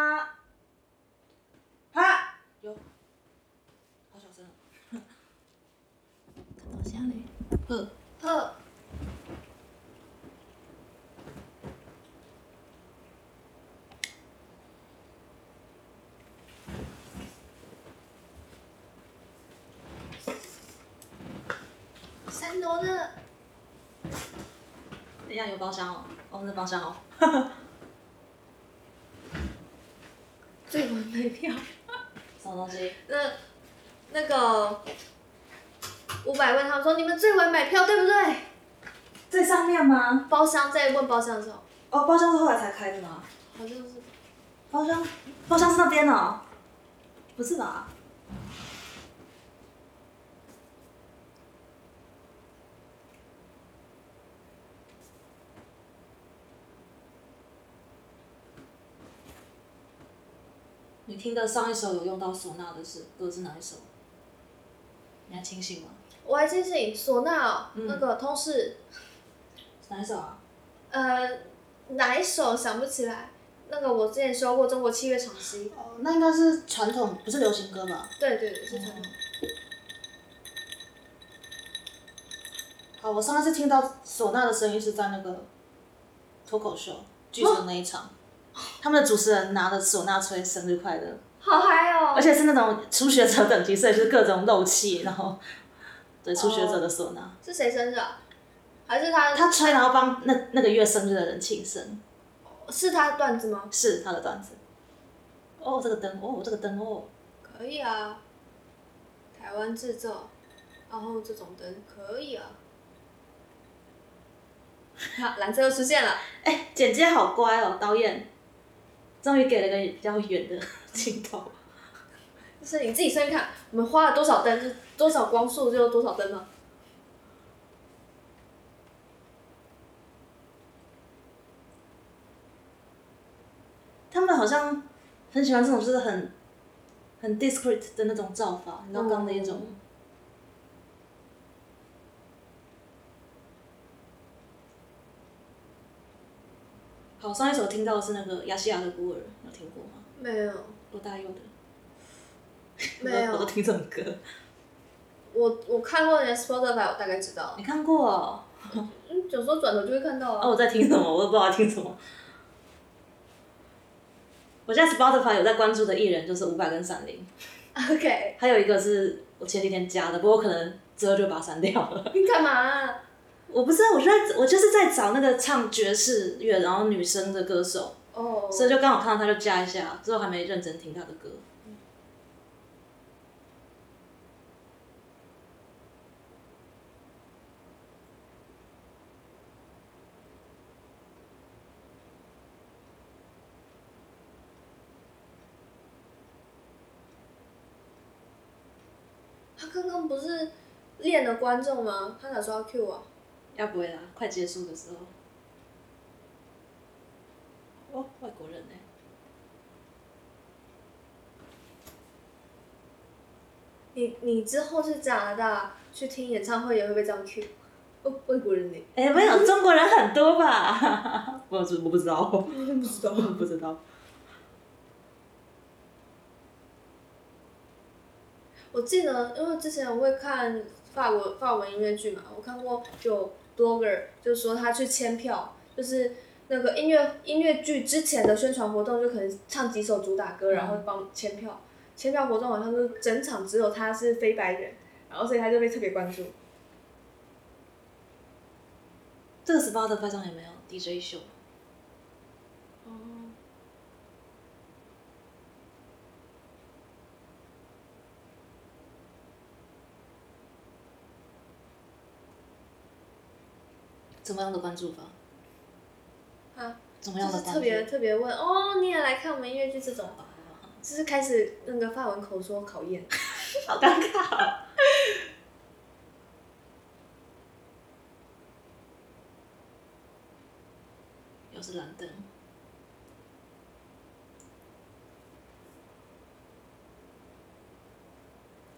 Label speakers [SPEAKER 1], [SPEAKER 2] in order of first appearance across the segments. [SPEAKER 1] 啊二
[SPEAKER 2] 二三楼的
[SPEAKER 1] 等一下有包厢哦，哦，那包厢哦，
[SPEAKER 2] 最晚退票。
[SPEAKER 1] 什么东西？
[SPEAKER 2] 那那个五百问他们说：“你们最晚买票对不对
[SPEAKER 1] 最上面吗？？”
[SPEAKER 2] 包厢在问包厢的时候，
[SPEAKER 1] 哦，包厢是后来才开的吗？
[SPEAKER 2] 好像是
[SPEAKER 1] 包厢，包厢是那边哦，不是吧？你听的上一首有用到唢呐的是歌是哪一首？你还清醒吗？
[SPEAKER 2] 我还记醒唢呐哦、
[SPEAKER 1] 嗯
[SPEAKER 2] 那个通事，
[SPEAKER 1] 哪一首啊？
[SPEAKER 2] 呃，哪一首想不起来？那个我之前修过中国器乐赏析，
[SPEAKER 1] 哦，那应该是传统，不是流行歌吧？
[SPEAKER 2] 对对对，是传统。
[SPEAKER 1] 好，哦我上一次听到唢呐的声音是在那个脱口秀剧场那一场，他们的主持人拿着唢呐吹生日快乐，
[SPEAKER 2] 好嗨哦、
[SPEAKER 1] 而且是那种初学者等级，所以是各种漏气，然后对初学者的唢呐，
[SPEAKER 2] 是谁生日啊？还是他？
[SPEAKER 1] 他吹然后帮那那个月生日的人庆生，
[SPEAKER 2] 是他的段子吗？
[SPEAKER 1] 是他的段子。哦，这个灯，哦，这个灯，哦，
[SPEAKER 2] 可以啊，台湾制造，然后这种灯可以啊。好，蓝色又出现了。
[SPEAKER 1] 哎，剪接好乖哦，导演，终于给了个比较远的 镜头。
[SPEAKER 2] 就是你自己算看，我们花了多少灯，就是多少光速就有多少灯嘛。
[SPEAKER 1] 他们好像很喜欢这种就是很很 discreet 的那种造法，你知道刚那一种。
[SPEAKER 2] 嗯
[SPEAKER 1] 好，上一首听到的是那个《亚细亚的孤儿》，有听过吗？
[SPEAKER 2] 没有，
[SPEAKER 1] 罗大佑的。
[SPEAKER 2] 没
[SPEAKER 1] 我都
[SPEAKER 2] 有。
[SPEAKER 1] 听这种歌，
[SPEAKER 2] 我我看过你的 Spotify，我大概知道。
[SPEAKER 1] 你看过、哦？
[SPEAKER 2] 嗯，有时候转头就会看到
[SPEAKER 1] 哦，
[SPEAKER 2] 啊。
[SPEAKER 1] 我在听什么？我都不知道在听什么。我现在 Spotify 有在关注的艺人就是伍佰跟闪灵，
[SPEAKER 2] OK，
[SPEAKER 1] 还有一个是我前几天加的，不过我可能之后就把它删掉了。
[SPEAKER 2] 你干嘛啊、
[SPEAKER 1] 我不知道，我就在我就是在找那个唱爵士乐，然后女生的歌手，
[SPEAKER 2] 哦、
[SPEAKER 1] 所以就刚好看到他就加一下，之后还没认真听他的歌。
[SPEAKER 2] 他刚刚不是练了观众吗？他哪时候要 Q 啊？
[SPEAKER 1] 要不会啦，快结束的时候。哦，外国人呢、
[SPEAKER 2] 你你之后去加拿大去听演唱会也会被这样 Q，哦，外国人呢？
[SPEAKER 1] 哎、没有，中国人很多吧？ 我知我不知道，我
[SPEAKER 2] 我 不知道。
[SPEAKER 1] 不知道。
[SPEAKER 2] 我记得，因为之前我会看法文法文音乐剧嘛，我看过有 blogger 就说他去签票，就是那个音乐音乐剧之前的宣传活动，就可能唱几首主打歌，然后帮签票。签票活动好像就是整场只有他是非白人，然后所以他就被特别关注。
[SPEAKER 1] 这个 Spotify 上有没有 DJ 秀？
[SPEAKER 2] 哦，
[SPEAKER 1] 怎么样的关注法？
[SPEAKER 2] 啊，
[SPEAKER 1] 怎么
[SPEAKER 2] 就
[SPEAKER 1] 样的
[SPEAKER 2] 是
[SPEAKER 1] 关注？
[SPEAKER 2] 特别特别问哦，你也来看我们音乐剧这种，就是开始那个法文口说考验。
[SPEAKER 1] 好尴尬、 哦。又是蓝灯。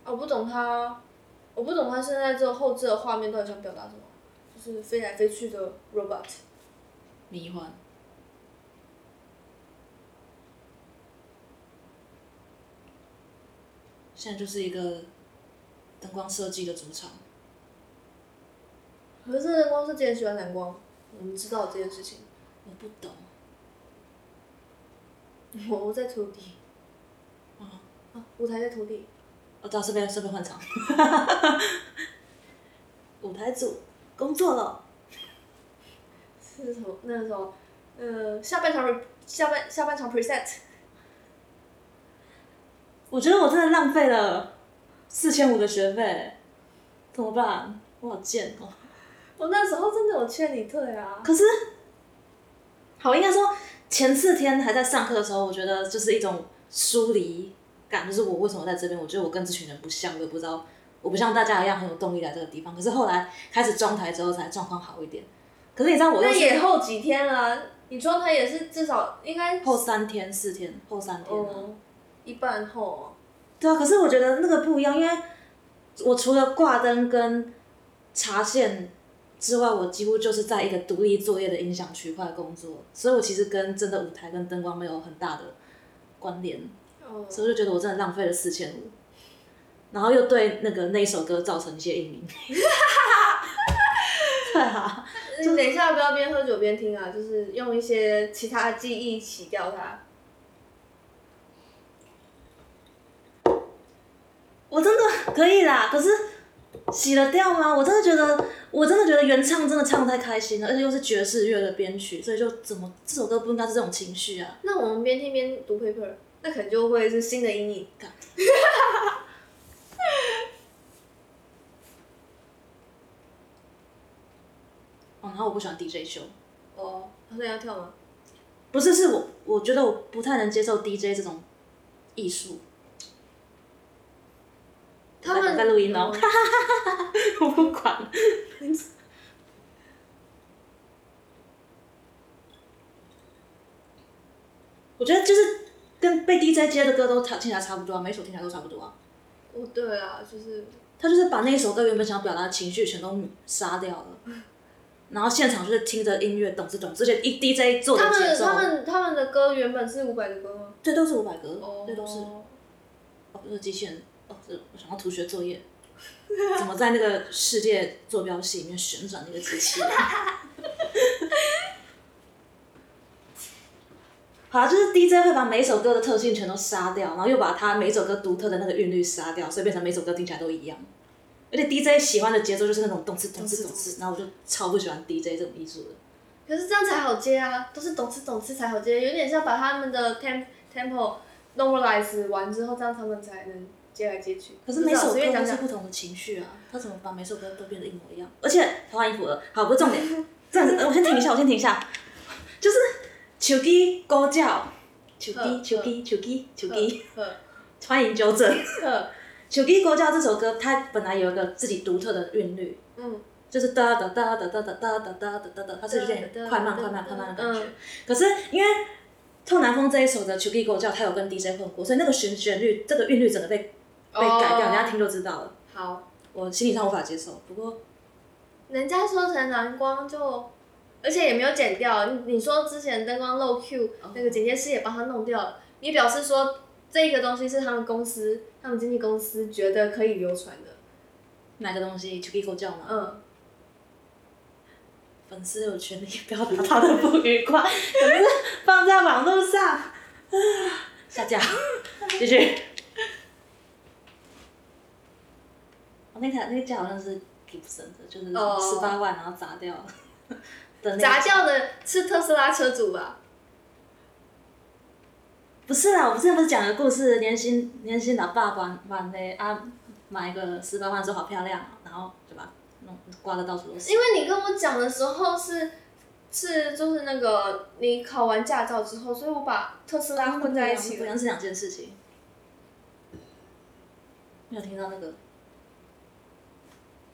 [SPEAKER 2] 我不懂他，我不懂他现在这个后置的画面到底想表达什么，就是飞来飞去的 robot。
[SPEAKER 1] 迷幻。现在就是一个灯光设计的主场，
[SPEAKER 2] 可是蓝光是之前喜欢蓝光，我们知道这件事情。
[SPEAKER 1] 我不懂，
[SPEAKER 2] 我我在拖地，
[SPEAKER 1] 啊，
[SPEAKER 2] 啊，舞台在拖地。
[SPEAKER 1] 我到这边这边换场， 舞台组工作了，
[SPEAKER 2] 是什么？那时候，呃，下半场 re- 下半下半场 preset，
[SPEAKER 1] 我觉得我真的浪费了四千五的学费，怎么办？我好贱哦！
[SPEAKER 2] 我那时候真的有劝你退啊。
[SPEAKER 1] 可是，好，应该说前四天还在上课的时候，我觉得就是一种疏离感，就是我为什么在这边？我觉得我跟这群人不像，我也不知道，我不像大家一样很有动力来这个地方。可是后来开始装台之后，才状况好一点。可是你知道我又
[SPEAKER 2] 那
[SPEAKER 1] 是
[SPEAKER 2] 也后几天了，你状态也是至少应该
[SPEAKER 1] 后三天、四天，后三天、啊。
[SPEAKER 2] 哦，一半后
[SPEAKER 1] 对啊，可是我觉得那个不一样，因为我除了挂灯跟查线之外，我几乎就是在一个独立作业的影响区块工作，所以我其实跟真的舞台跟灯光没有很大的关联，
[SPEAKER 2] 哦，
[SPEAKER 1] 所以我就觉得我真的浪费了四千五，然后又对那个那一首歌造成一些阴影。 对啊，
[SPEAKER 2] 你等一下不要边喝酒边听啊，就是用一些其他记忆洗掉它。
[SPEAKER 1] 我真的可以啦，可是洗得掉吗？我真的觉得，我真的觉得原唱真的唱得太开心了，而且又是爵士乐的编曲，所以就怎么这首歌不应该是这种情绪啊？
[SPEAKER 2] 那我们边听边读 paper，那可能就会是新的阴影。
[SPEAKER 1] 干哦，然后我不喜欢 DJ 秀，
[SPEAKER 2] 哦，那要跳吗？
[SPEAKER 1] 不是，是我我觉得我不太能接受 DJ 这种艺术。
[SPEAKER 2] 他们
[SPEAKER 1] 我在录音哦
[SPEAKER 2] 嗯，
[SPEAKER 1] 我不管。我觉得就是跟被 DJ 接的歌都听起来差不多啊，每一首听起来都差不多啊。
[SPEAKER 2] 哦，对啊，就是
[SPEAKER 1] 他就是把那一首歌原本想表达的情绪全都杀掉了，然后现场就是听着音乐懂是懂，之前一 DJ 做的
[SPEAKER 2] 他
[SPEAKER 1] 节
[SPEAKER 2] 们
[SPEAKER 1] 奏，
[SPEAKER 2] 他们他们的歌原本是伍佰的歌吗？
[SPEAKER 1] 这都是五百格，
[SPEAKER 2] 哦，
[SPEAKER 1] 这都是哦，不是机器人，哦，是我想到图学作业， 怎么在那个世界坐标系里面旋转那个机器人？ 好啊，就是 DJ 会把每一首歌的特性全都杀掉，然后又把它每一首歌独特的那个韵律杀掉，所以变成每首歌听起来都一样。而且 DJ 喜欢的节奏就是那种动次动次动次，然后我就超不喜欢 DJ 这种艺术的。
[SPEAKER 2] 可是这样才好接啊，都是懂吃懂吃才好接，有点像把他们的 temp tempo normalize 完之后，这样他们才能接来接去。
[SPEAKER 1] 可是每首
[SPEAKER 2] 不知道随便
[SPEAKER 1] 歌
[SPEAKER 2] 讲
[SPEAKER 1] 都是
[SPEAKER 2] 讲
[SPEAKER 1] 不同的情绪啊，他怎么把每首歌都变得一模一样？而且他换衣服了，好，不是重点。这样子，呃我先停一下，我先停一下。就是手机高叫，手
[SPEAKER 2] 嗯
[SPEAKER 1] 机手机手机手 机，
[SPEAKER 2] 呵
[SPEAKER 1] 欢迎纠正。
[SPEAKER 2] 呵，
[SPEAKER 1] 手机高叫这首歌，它本来有一个自己独特的韵律，
[SPEAKER 2] 嗯，
[SPEAKER 1] 就是哒哒哒哒哒哒哒哒哒哒哒，它是有点快慢快慢快慢的感觉
[SPEAKER 2] 嗯。
[SPEAKER 1] 可是因为透南风这一首的手机高叫，它有跟 DJ 混过，所以那个旋旋律、这个韵律整个被被改掉，人家听就知道了。
[SPEAKER 2] 哦好，
[SPEAKER 1] 我心理上无法接受。不过
[SPEAKER 2] 人家说成蓝光就，而且也没有剪掉。你你说之前灯光漏 Q，、那个剪接师也帮他弄掉了。你表示说这个东西是他们公司、他们经纪公司觉得可以流传的。
[SPEAKER 1] 哪个东西 t u k i k o 叫嘛，
[SPEAKER 2] 嗯，
[SPEAKER 1] 粉丝有权利 表达他的不愉快，可是放在网络上，啊下架，继续。哦，那台那个架好像是 Gibson 的，就是
[SPEAKER 2] 哦
[SPEAKER 1] 十八万然后砸掉了的那个
[SPEAKER 2] 砸掉的是特斯拉车主吧？
[SPEAKER 1] 不是啦，我们之前不是讲了故事，年薪年薪老爸管管的啊，买一个十八万说好漂亮啊，然后就把它弄刮的到处都是。
[SPEAKER 2] 因为你跟我讲的时候是是就是那个你考完驾照之后，所以我把特斯拉混在一起
[SPEAKER 1] 啊不一
[SPEAKER 2] 了。
[SPEAKER 1] 样是两件事情。没有听到那个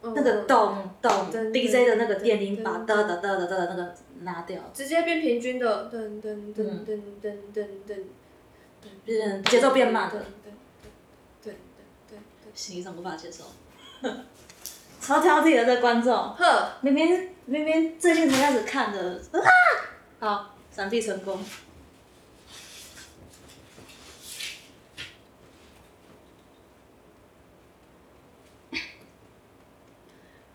[SPEAKER 2] 嗯
[SPEAKER 1] 那个咚咚
[SPEAKER 2] 噔
[SPEAKER 1] DJ 的那个电音，
[SPEAKER 2] 噔
[SPEAKER 1] 把
[SPEAKER 2] 噔
[SPEAKER 1] 哒哒哒哒哒的那个拿掉，
[SPEAKER 2] 直接变平均的，噔噔噔噔噔噔噔，
[SPEAKER 1] 变嗯节奏变慢
[SPEAKER 2] 噔
[SPEAKER 1] 的，
[SPEAKER 2] 噔噔噔噔
[SPEAKER 1] 心理上无法接受。 超挑剔的这观众，
[SPEAKER 2] 噔。呵，
[SPEAKER 1] 明明明明最近才开始看的，啊！好，闪避成功。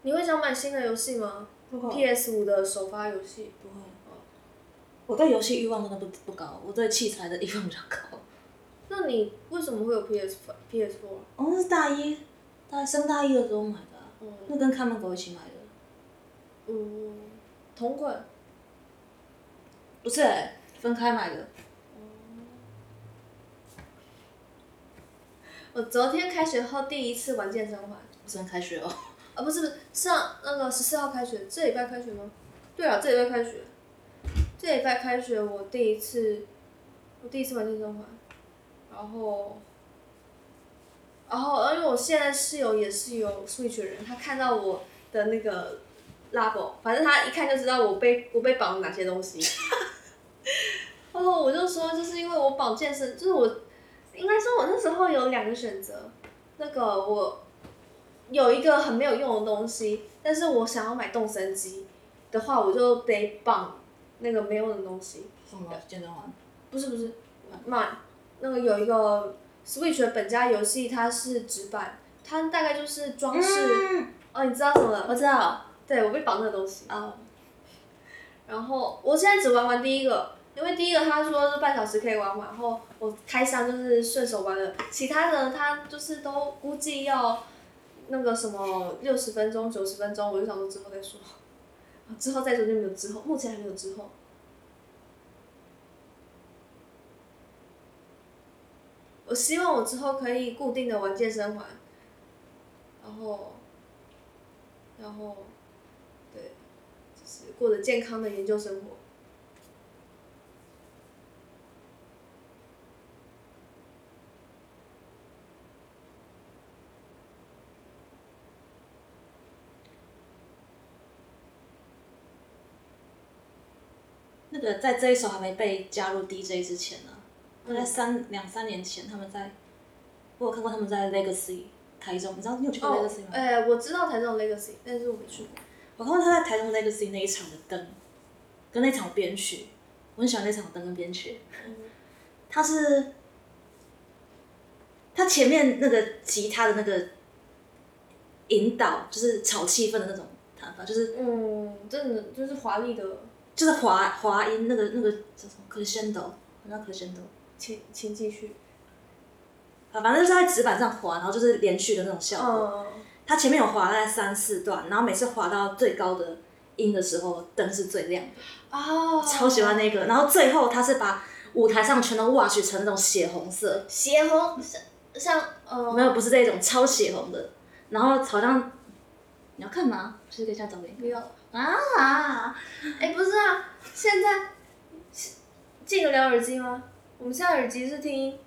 [SPEAKER 2] 你会想买新的游戏吗
[SPEAKER 1] 不会
[SPEAKER 2] ？PS 五的首发游戏，哦
[SPEAKER 1] 不会。我对游戏欲望真的不不高，我对器材的欲望比较高。
[SPEAKER 2] 那你为什么会有 PS PS Four？
[SPEAKER 1] 哦，那是大一，大升大一的时候买的啊、
[SPEAKER 2] 嗯
[SPEAKER 1] 那跟看门狗一起买的。
[SPEAKER 2] 嗯，同款。
[SPEAKER 1] 不是、欸，分开买的。
[SPEAKER 2] 我哦昨天开学后第一次玩健身环，
[SPEAKER 1] 昨天开学哦，
[SPEAKER 2] 啊，不是不是，上那个十四号开学，这礼拜开学吗？对啊，这礼拜开学，这礼拜开学我第一次，我第一次玩健身环，然后，然后呃因为我现在室友也是有 Switch 的人，他看到我的那个 logo，反正他一看就知道我被我被绑了哪些东西。 然后我就说，就是因为我绑健身，就是我应该说，我那时候有两个选择，那个我有一个很没有用的东西，但是我想要买动身机的话，我就得绑那个没用的东西。
[SPEAKER 1] 什么健身环？
[SPEAKER 2] 不是不是，买那个有一个 Switch 的本家游戏，它是直板，它大概就是装饰。
[SPEAKER 1] 嗯，
[SPEAKER 2] 哦，你知道什么了？
[SPEAKER 1] 我知道。
[SPEAKER 2] 对我被绑那个东西。
[SPEAKER 1] 哦，
[SPEAKER 2] 然后我现在只玩完第一个，因为第一个他说是半小时可以玩完，然后我开箱就是顺手玩了，其他的他就是都估计要那个什么六十分钟、九十分钟，我就想说之后再说，之后再说就没有之后，目前还没有之后。我希望我之后可以固定的玩健身环，然后，然后，对，就是过着健康的研究生活。
[SPEAKER 1] 那个在这一首还没被加入 DJ 之前呢、大概三两三年前，他们在，我有看过他们在 Legacy 台中，你知道你有去过 Legacy 吗？
[SPEAKER 2] 哎、我知道台中的 Legacy，但是我没去过。
[SPEAKER 1] 我看过他在台中 Legacy 那一场的灯，跟那场编曲，我很喜欢那场灯跟编曲。他是，他前面那个吉他的那个引导，就是炒气氛的那种弹法，就是
[SPEAKER 2] 嗯，真的就是华丽的
[SPEAKER 1] 就是滑滑音那个那个叫什么 crescendo，好像 crescendo，
[SPEAKER 2] 请请继续。
[SPEAKER 1] 啊，反正就是在纸板上滑，然后就是连续的那种效果。
[SPEAKER 2] 嗯，
[SPEAKER 1] 它前面有滑大概三四段，然后每次滑到最高的音的时候，灯是最亮的，
[SPEAKER 2] 啊、
[SPEAKER 1] 超喜欢那个。然后最后它是把舞台上全都 wash 成那种血红色，
[SPEAKER 2] 斜红，像像呃，
[SPEAKER 1] 没有不是这种超血红的。然后好像你要干嘛？是不是可以下找你
[SPEAKER 2] 不要。
[SPEAKER 1] 啊？
[SPEAKER 2] 哎、不是啊，现在是进得了耳机吗？我们现在耳机是听音。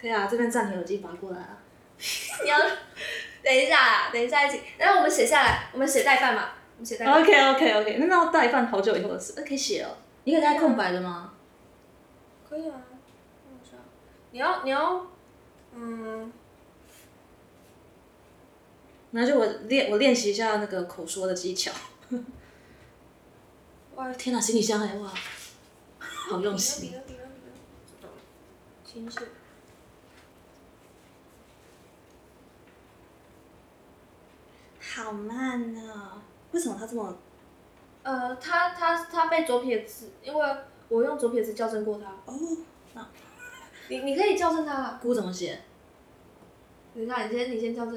[SPEAKER 1] 可以啊，这边暂停耳机拔过来啊。
[SPEAKER 2] 你要等一下啊，等一下一起，让我们写下来，我们写代办嘛，我们写代办。
[SPEAKER 1] OK OK OK，那那到一半好久以后的事，呃可以写哦。你可以开空白的吗？
[SPEAKER 2] 可以啊，我知道。你要你要，嗯，
[SPEAKER 1] 那就我练我练习一下那个口说的技巧。
[SPEAKER 2] 哇，
[SPEAKER 1] 天哪，行李箱哎哇，好用心。
[SPEAKER 2] 笔了笔了笔了笔了，清晰。
[SPEAKER 1] 好慢啊！为什么他这么？
[SPEAKER 2] 呃，他他他被左撇子，因为我用左撇子校正过他。
[SPEAKER 1] 哦，那
[SPEAKER 2] 你你可以校正他啦。
[SPEAKER 1] 姑怎么写？
[SPEAKER 2] 等一下，你先你先校正。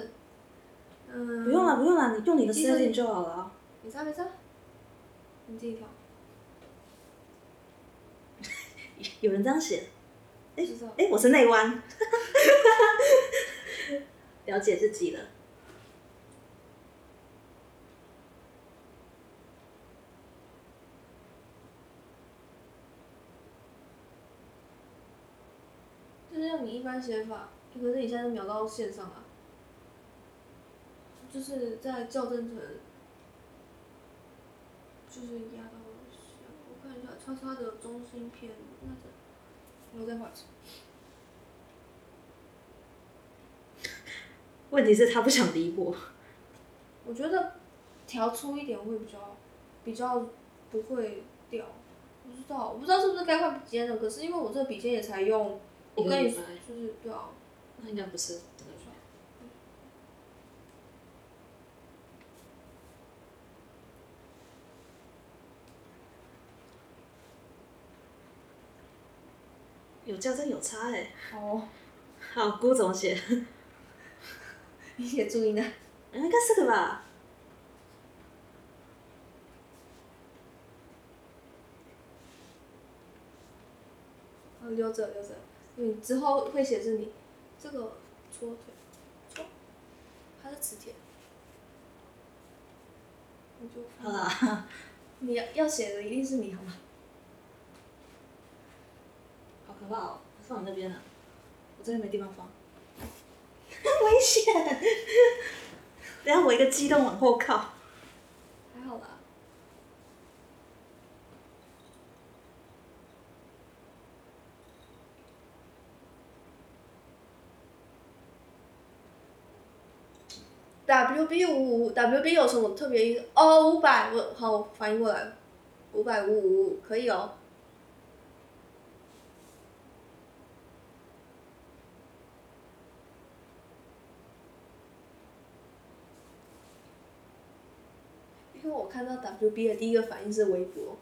[SPEAKER 2] 嗯。
[SPEAKER 1] 不用了，不用了，你用你的
[SPEAKER 2] 其实
[SPEAKER 1] setting 就好了啊。
[SPEAKER 2] 没事啊没事啊，你自己调。
[SPEAKER 1] 有人这样写？
[SPEAKER 2] 哎，知道。
[SPEAKER 1] 哎、我是内弯， 了解自己了。
[SPEAKER 2] 就是用你一般写法，可是你现在秒到线上了，就是在校正成，就是压到线我看一下，叉叉的中心偏那个，我再画一次。
[SPEAKER 1] 问题是，他不想理我。
[SPEAKER 2] 我觉得调粗一点会比较比较不会掉，不知道我不知道是不是该换笔尖了，可是因为我这个笔尖也才用，我
[SPEAKER 1] 一个
[SPEAKER 2] 跟你
[SPEAKER 1] 礼
[SPEAKER 2] 说
[SPEAKER 1] 拜
[SPEAKER 2] 就是对啊，
[SPEAKER 1] 那应该不是。有加真有差哎、
[SPEAKER 2] 哦，
[SPEAKER 1] 好，估怎么写？
[SPEAKER 2] 你写注音的，
[SPEAKER 1] 嗯应该是个吧。
[SPEAKER 2] 哦留着留着，你之后会写是你这个搓腿搓，它是磁铁，你就
[SPEAKER 1] 好啦，
[SPEAKER 2] 你要要写的一定是你好吗？
[SPEAKER 1] 好可怕哦！放你那边了、我这边没地方放， 危险！ 等一下我一个激动往后靠。
[SPEAKER 2] 还好吧。WB 五五 WB 有什么特别意思？哦，五百，我好，我反应过来了，五百五五五可以哦。因为我看到 WB 的第一个反应是微博，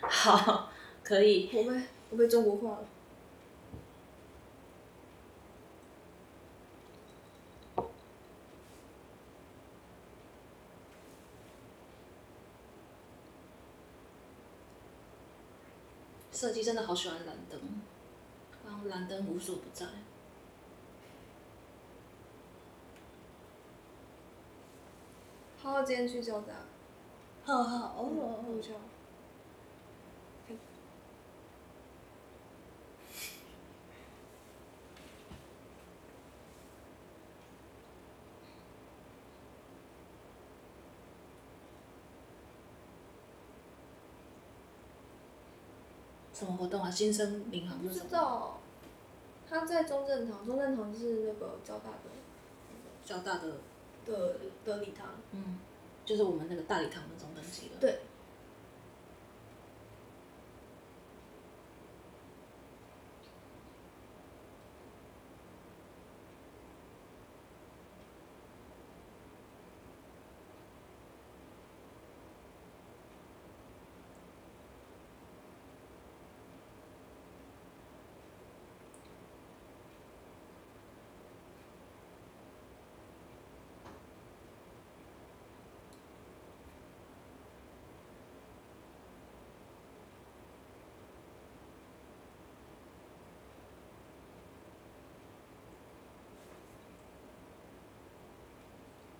[SPEAKER 1] 好，可以。
[SPEAKER 2] 我被我被中国化了。
[SPEAKER 1] 设计真的好喜欢蓝灯，让蓝灯无所不在。
[SPEAKER 2] 浩浩今天去交大，
[SPEAKER 1] 好好
[SPEAKER 2] 哦，
[SPEAKER 1] 哦，
[SPEAKER 2] 好笑。
[SPEAKER 1] 什么活动啊？新生领航
[SPEAKER 2] 不
[SPEAKER 1] 是
[SPEAKER 2] 知
[SPEAKER 1] 什么？
[SPEAKER 2] 道，他在中正堂，中正堂是那个交大的
[SPEAKER 1] 较大的，
[SPEAKER 2] 的的礼堂，
[SPEAKER 1] 嗯，就是我们那个大礼堂那种等级的。
[SPEAKER 2] 对，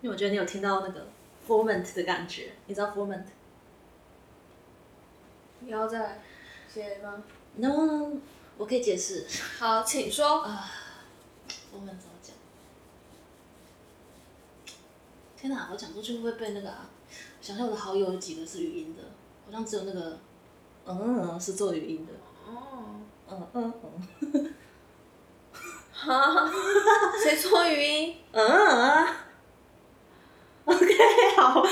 [SPEAKER 1] 因为我觉得你有听到那个 formant 的感觉，你知道 formant？
[SPEAKER 2] 你要再来写吗？
[SPEAKER 1] no，我可以解释。
[SPEAKER 2] 好，请说。
[SPEAKER 1] 我们怎么讲？天哪，我讲出去会不会被那个啊？想想我的好友有几个是语音的，好像只有那个，嗯嗯嗯，是做语音的，
[SPEAKER 2] 哦，
[SPEAKER 1] 嗯嗯嗯，
[SPEAKER 2] 哈， 谁说语音？
[SPEAKER 1] 嗯嗯啊。OK，好，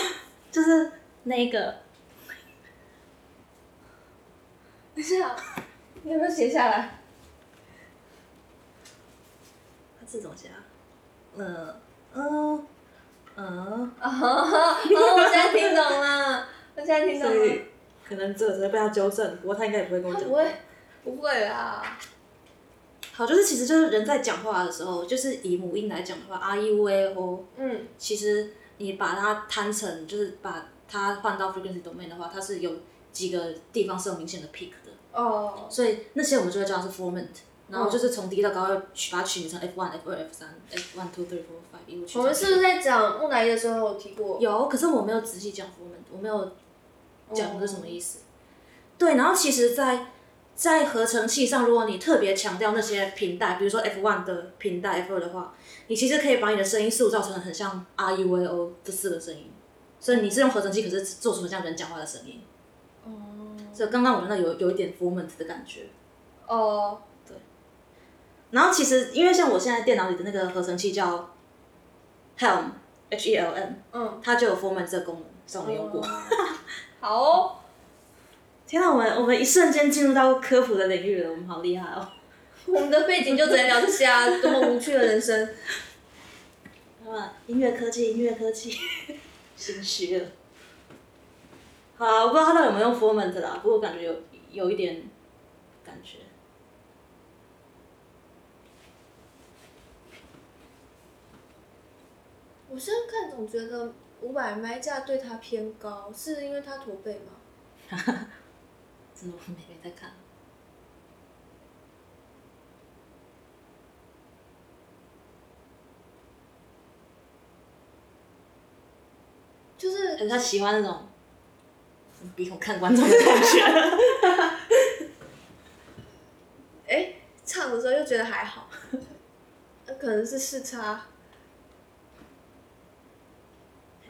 [SPEAKER 1] 就是那个，
[SPEAKER 2] 等一下，你有没有写下来？
[SPEAKER 1] 它是怎么写啊？嗯嗯嗯，
[SPEAKER 2] 啊、哦，我现在听懂 了，我现在听懂
[SPEAKER 1] 所以
[SPEAKER 2] 了。
[SPEAKER 1] 可能这个只会被他纠正，不过他应该也不会跟我
[SPEAKER 2] 他
[SPEAKER 1] 讲。
[SPEAKER 2] 不会，不会啊啦。
[SPEAKER 1] 好，就是其实就是人在讲话的时候，就是以母音来讲的话，R E U A O，
[SPEAKER 2] 嗯，
[SPEAKER 1] 其实你把它摊成，就是把它换到 frequency domain 的话，它是有几个地方是有明显的 peak 的，
[SPEAKER 2] 哦，
[SPEAKER 1] 所以那些我们就会叫它是 formant。然后就是从低到高，要取把它取名成 F one、F 二、F 三、F one、two、three、four、five，一路取上
[SPEAKER 2] 我
[SPEAKER 1] 去。
[SPEAKER 2] 们是不是在讲木乃伊的时候有提过？
[SPEAKER 1] 有，可是我没有仔细讲 formant，我没有讲是什么意思。
[SPEAKER 2] 哦
[SPEAKER 1] 对，然后其实在，在合成器上，如果你特别强调那些频带，比如说 F one 的频带 F 二的话，你其实可以把你的声音塑造成很像 R U A O 这四个声音，所以你是用合成器，可是做出很像人讲话的声音。
[SPEAKER 2] 哦，
[SPEAKER 1] 所以刚刚我那有有一点 formant 的感觉。
[SPEAKER 2] 哦，
[SPEAKER 1] 然后其实因为像我现在电脑里的那个合成器叫 Helm H E L M，
[SPEAKER 2] 嗯，
[SPEAKER 1] 它就有 formant 这个功能，虽然我没用过。
[SPEAKER 2] 哦 好哦。
[SPEAKER 1] 天哪，我们我们一瞬间进入到科普的领域了，我们好厉害哦！
[SPEAKER 2] 我们的背景就只能聊这些啊，多么无趣的人生。
[SPEAKER 1] 啊，音乐科技，音乐科技，心虚了。好啊，我不知道他到底有没有用 formant 啦，不过我感觉有有一点感觉。
[SPEAKER 2] 我现在看总觉得五百麦价对他偏高，是因为他驼背吗？
[SPEAKER 1] 真的我没没在看，
[SPEAKER 2] 就是
[SPEAKER 1] 而且他喜欢那种鼻孔看观众的感觉。
[SPEAKER 2] 哎、唱的时候又觉得还好， 那可能是视差。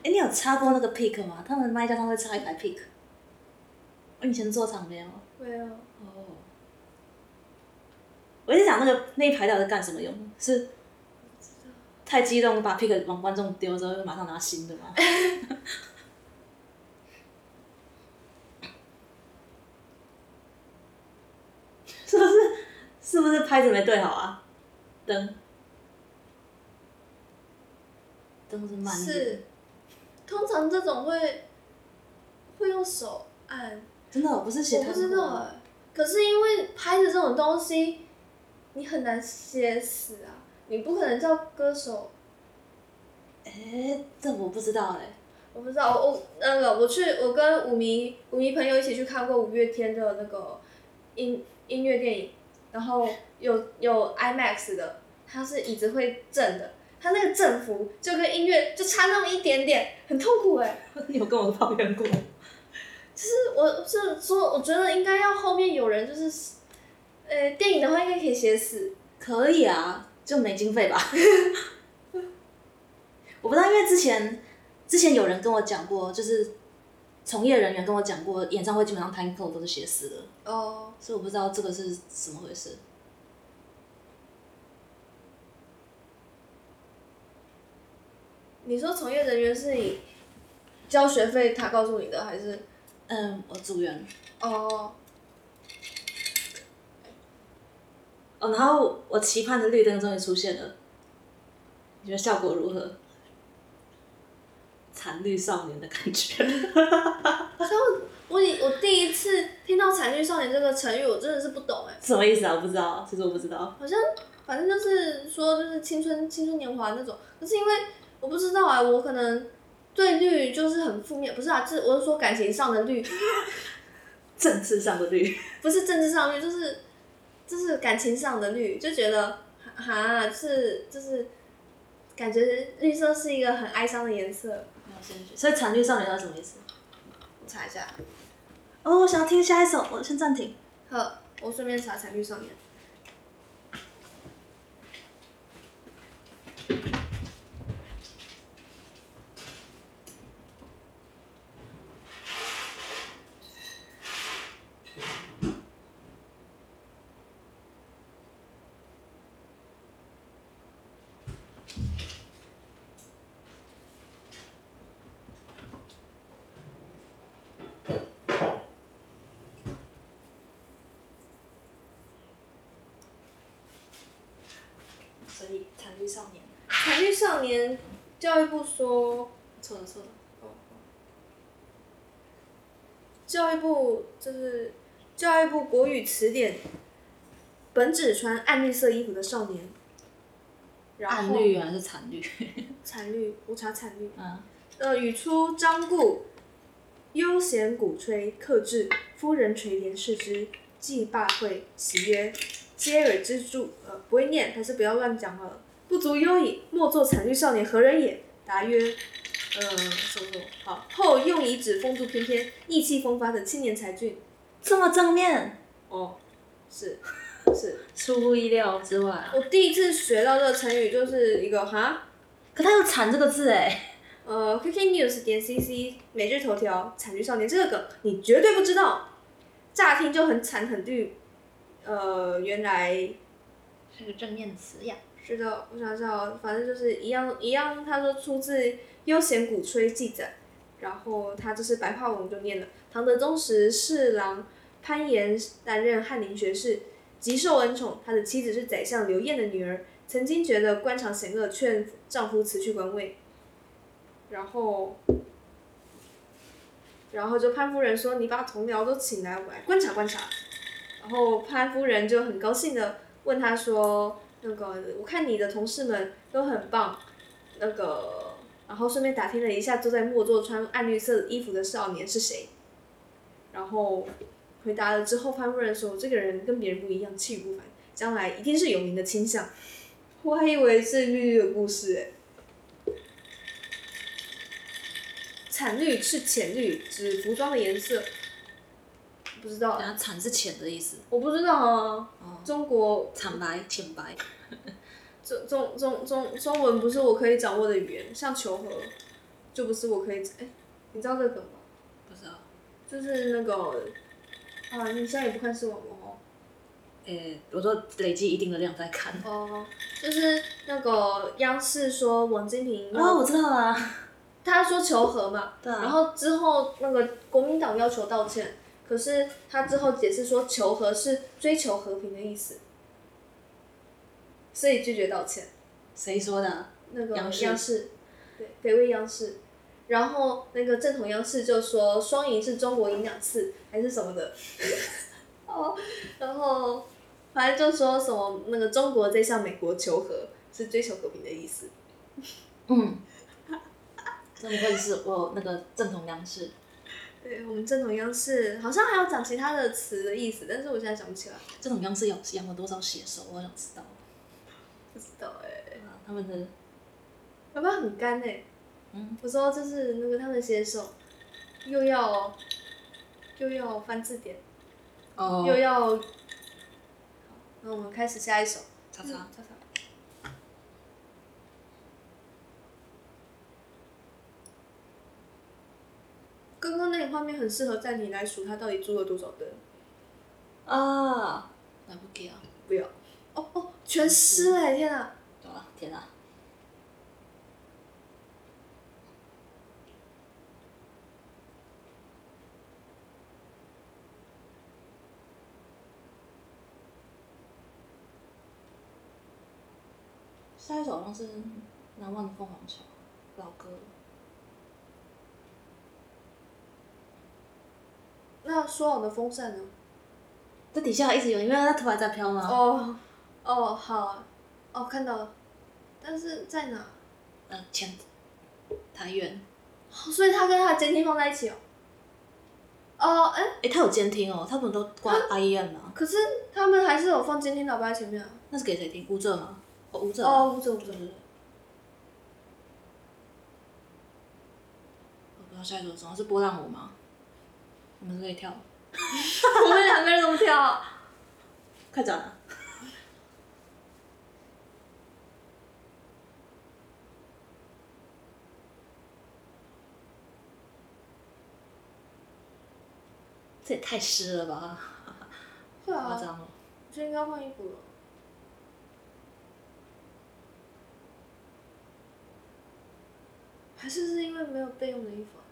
[SPEAKER 1] 哎、你有插过那个 pick 吗？他们麦架上会插一排 pick。我以前做场没有。
[SPEAKER 2] 没有，
[SPEAKER 1] 哦。我在想那个那一排到底是干什么用？是太激动把 pick 往观众丢之后，就马上拿新的吗？ 是不是？是不是拍子没对好啊？灯，灯是慢一点
[SPEAKER 2] 是通常这种会会用手按，
[SPEAKER 1] 真的哦、不是写
[SPEAKER 2] 我不知道哎、可是因为拍的这种东西，你很难写死啊，你不可能叫歌手。
[SPEAKER 1] 哎、这我不知道哎、
[SPEAKER 2] 我不知道，我我那个我去，我跟舞迷舞迷朋友一起去看过五月天的那个音音乐电影，然后有有 IMAX 的，它是椅子会震的，它那个振幅就跟音乐就差那么一点点，很痛苦哎、
[SPEAKER 1] 你有跟我抱怨过？
[SPEAKER 2] 就是我是说，我觉得应该要后面有人就是，呃，电影的话应该可以写死，
[SPEAKER 1] 可以啊，就没经费吧。 我不知道，因为之前之前有人跟我讲过，就是从业人员跟我讲过，演唱会基本上 time code 都是写死的，
[SPEAKER 2] 哦，
[SPEAKER 1] 所以我不知道这个是怎么回事。
[SPEAKER 2] 你说从业人员是你交学费他告诉你的还是？
[SPEAKER 1] 嗯，我组员
[SPEAKER 2] 哦，
[SPEAKER 1] 哦，然后我期盼的绿灯终于出现了，你觉得效果如何？残绿少年的感觉，
[SPEAKER 2] 我以我第一次听到“惨绿少年”这个成语，我真的是不懂哎、
[SPEAKER 1] 什么意思啊？我不知道，其实我不知道。
[SPEAKER 2] 好像反正就是说就是青春青春年华那种，可是因为我不知道哎、我可能对绿就是很负面，不是啊，就是我是说感情上的绿，
[SPEAKER 1] 政治上的绿，
[SPEAKER 2] 不是政治上的绿，就是就是感情上的绿，就觉得哈哈是就是感觉绿色是一个很哀伤的颜色。
[SPEAKER 1] 所以残绿少年到底什么意思？
[SPEAKER 2] 我查一下，
[SPEAKER 1] 哦，我想要听下一首，我先暂停。
[SPEAKER 2] 好，我顺便查《惨绿少年》。
[SPEAKER 1] 所以残绿少年，
[SPEAKER 2] 《惨绿少年》，教育部说。
[SPEAKER 1] 错了错了，
[SPEAKER 2] 教育部就是教育部国语词典，本指穿暗绿色衣服的少年。然后
[SPEAKER 1] 暗绿原来是残绿，
[SPEAKER 2] 惨绿，我查惨绿。
[SPEAKER 1] 啊，
[SPEAKER 2] 呃，语出张顾，悠闲鼓吹，克制，夫人垂帘视之，既罢会，喜曰：嗟尔之助。呃，不会念，还是不要乱讲好了。不足忧矣，莫作惨绿少年何人也？答曰：呃，什么什么好。后用以指风度翩翩、意气风发的青年才俊。
[SPEAKER 1] 这么正面，
[SPEAKER 2] 哦，是是，
[SPEAKER 1] 出乎意料之外啊。
[SPEAKER 2] 我第一次学到这个成语就是一个哈，
[SPEAKER 1] 可它有“残”这个字哎，
[SPEAKER 2] 呃，QQ News 点 CC 每日头条惨绿少年这个梗你绝对不知道，乍听就很惨很绿，呃，原来
[SPEAKER 1] 是个正面词呀。
[SPEAKER 2] 是的，我想想哦，反正就是一样一样，他说出自《悠闲鼓吹》记载，然后他就是白话文我就念了。唐德宗时，侍郎潘岩担任翰林学士，极受恩宠。他的妻子是宰相刘晏的女儿，曾经觉得官场险恶，劝丈夫辞去官位。然后，然后就潘夫人说：“你把同僚都请来，我来观察观察。”然后潘夫人就很高兴的问他说：“那个，我看你的同事们都很棒，那个，然后顺便打听了一下坐在末座穿暗绿色衣服的少年是谁。”然后回答了之后，潘夫人说：“我这个人跟别人不一样，气宇不凡，将来一定是有名的倾向。”我还以为是绿绿的故事哎。惨绿是浅绿，指服装的颜色。不知道，
[SPEAKER 1] 然后啊惨是浅的意思，
[SPEAKER 2] 我不知道啊。中国
[SPEAKER 1] 惨白、浅白。
[SPEAKER 2] 中中中中中文不是我可以掌握的语言，像求和，就不是我可以哎、你知道这个梗吗？
[SPEAKER 1] 不知道，
[SPEAKER 2] 就是那个啊，你现在也不看视网哦膜
[SPEAKER 1] 诶、我说累积一定的量再看。
[SPEAKER 2] 哦，哦，就是那个央视说王金平要
[SPEAKER 1] 哦，我知道啊，
[SPEAKER 2] 他说求和嘛，
[SPEAKER 1] 对啊
[SPEAKER 2] 然后之后那个国民党要求道歉，可是他之后解释说求和是追求和平的意思，所以拒绝道歉。
[SPEAKER 1] 谁说的？
[SPEAKER 2] 那个
[SPEAKER 1] 央视
[SPEAKER 2] 央视，对，北魏央视。然后那个正统央视就说双赢是中国赢两次还是什么的， 哦，然后反正就说什么那个中国在向美国求和是追求和平的意思，
[SPEAKER 1] 嗯，这不愧是我那个正统央视。
[SPEAKER 2] 对我们正统央视好像还有讲其他的词的意思，但是我现在想不起来，
[SPEAKER 1] 这种央视养养了多少写手，我想知道。
[SPEAKER 2] 不知道哎、欸，
[SPEAKER 1] 啊他们的
[SPEAKER 2] 要不然很干哎、
[SPEAKER 1] 嗯，
[SPEAKER 2] 我说就是那个他们写手又要哦又要翻字典，
[SPEAKER 1] 哦
[SPEAKER 2] 又要。好那我们开始下一首。
[SPEAKER 1] 叉叉，
[SPEAKER 2] 叉叉。刚刚那个画面很适合在你来数它到底租了多少灯。
[SPEAKER 1] 啊，来不及啊，
[SPEAKER 2] 不要。哦哦，全湿哎、天啊！
[SPEAKER 1] 对啊，天啊，下一首好像是《难忘的凤凰桥》，老歌了。
[SPEAKER 2] 那说好的风扇呢？
[SPEAKER 1] 这底下一直有，因为它头还在飘嘛。
[SPEAKER 2] 哦哦好，哦看到了，但是在哪？
[SPEAKER 1] 呃，前台原，
[SPEAKER 2] 哦所以它跟它的监听放在一起哦。哦哎、
[SPEAKER 1] 诶，它有监听哦，他们都挂 IEM 啊，
[SPEAKER 2] 可是他们还是有放监听喇叭在前面啊。
[SPEAKER 1] 那是给谁听？乌镇吗？哦，乌镇。
[SPEAKER 2] 哦，不走不走。
[SPEAKER 1] 哦我不知道下一首是什么，是波浪舞吗？我们是可以跳，
[SPEAKER 2] 我们两个人怎么跳？啊
[SPEAKER 1] 快转啊！ 这也太湿了吧，
[SPEAKER 2] 对
[SPEAKER 1] 夸
[SPEAKER 2] 啊，
[SPEAKER 1] 张哦了。
[SPEAKER 2] 我就应该换衣服了。还是是因为没有备用的衣服、啊？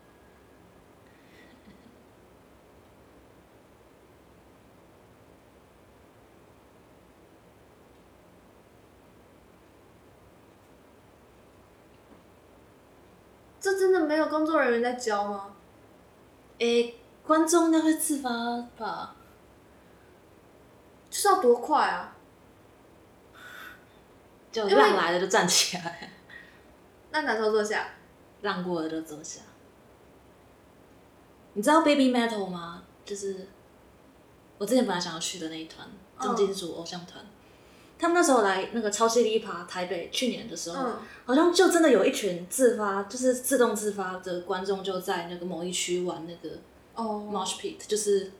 [SPEAKER 2] 这真的没有工作人员在教吗？
[SPEAKER 1] 诶，观众应该会自发吧？
[SPEAKER 2] 就是要多快啊！
[SPEAKER 1] 就
[SPEAKER 2] 因为
[SPEAKER 1] 浪来了就站起来，
[SPEAKER 2] 那哪时候坐下？
[SPEAKER 1] 浪过了就坐下。你知道 Baby Metal 吗？就是我之前本来想要去的那一团
[SPEAKER 2] 嗯
[SPEAKER 1] 重金属偶像团，他们那时候来那个超犀利趴台北去年的时候，
[SPEAKER 2] 嗯
[SPEAKER 1] 好像就真的有一群自发，就是自动自发的观众就在那个某一区玩那个
[SPEAKER 2] 哦，
[SPEAKER 1] mosh pit，就是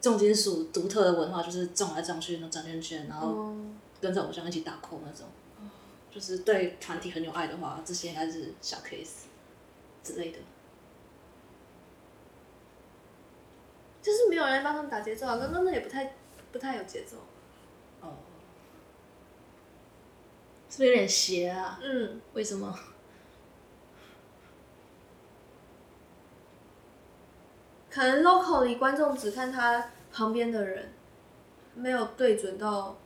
[SPEAKER 1] 重金属独特的文化，就是撞来撞去那种转圈圈，然后
[SPEAKER 2] 哦，
[SPEAKER 1] 跟着偶像一起打 call 那种。就是对团体很有爱的话，这些应该是小 case 之类的。
[SPEAKER 2] 就是没有人来帮他们打节奏啊，刚刚那也不太不太有节奏。啊
[SPEAKER 1] 哦，是不是有点邪啊？
[SPEAKER 2] 嗯，
[SPEAKER 1] 为什么？
[SPEAKER 2] 可能 local 里观众只看他旁边的人，没有对准到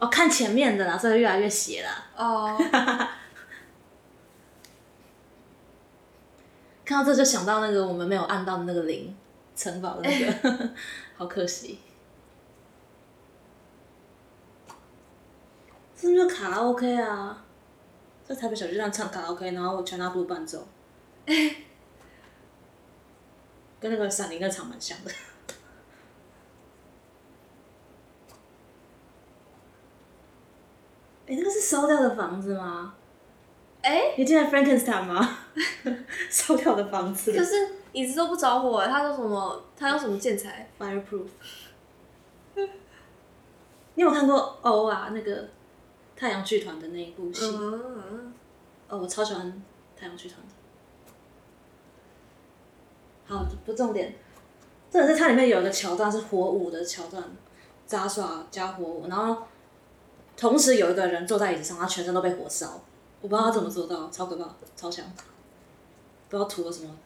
[SPEAKER 1] 哦，看前面的啦，所以越来越邪啦。
[SPEAKER 2] 哦，
[SPEAKER 1] 哎 看到这就想到那个我们没有按到的那个铃，城堡的那个，好可惜。那就是卡拉 OK 啊，在台北小巨蛋唱卡拉 OK，然后全拉布伴奏，哎跟那个闪灵那场蛮像的。 哎、那个是烧掉的房子吗？
[SPEAKER 2] 哎、
[SPEAKER 1] 你进来 Frankenstein 吗？ 烧掉的房子
[SPEAKER 2] 可是椅子都不着火，啊他用什么？他用什么建材？
[SPEAKER 1] ，fireproof。你有看过欧啊那个太阳剧团的那一部戏？
[SPEAKER 2] 嗯，
[SPEAKER 1] 哦，我超喜欢太阳剧团的。好，不重点，重点是它里面有一个桥段是火舞的桥段，杂耍加火舞，然后同时有一个人坐在椅子上，他全身都被火烧，我不知道他怎么做到，超可怕，超强，不知道涂了什么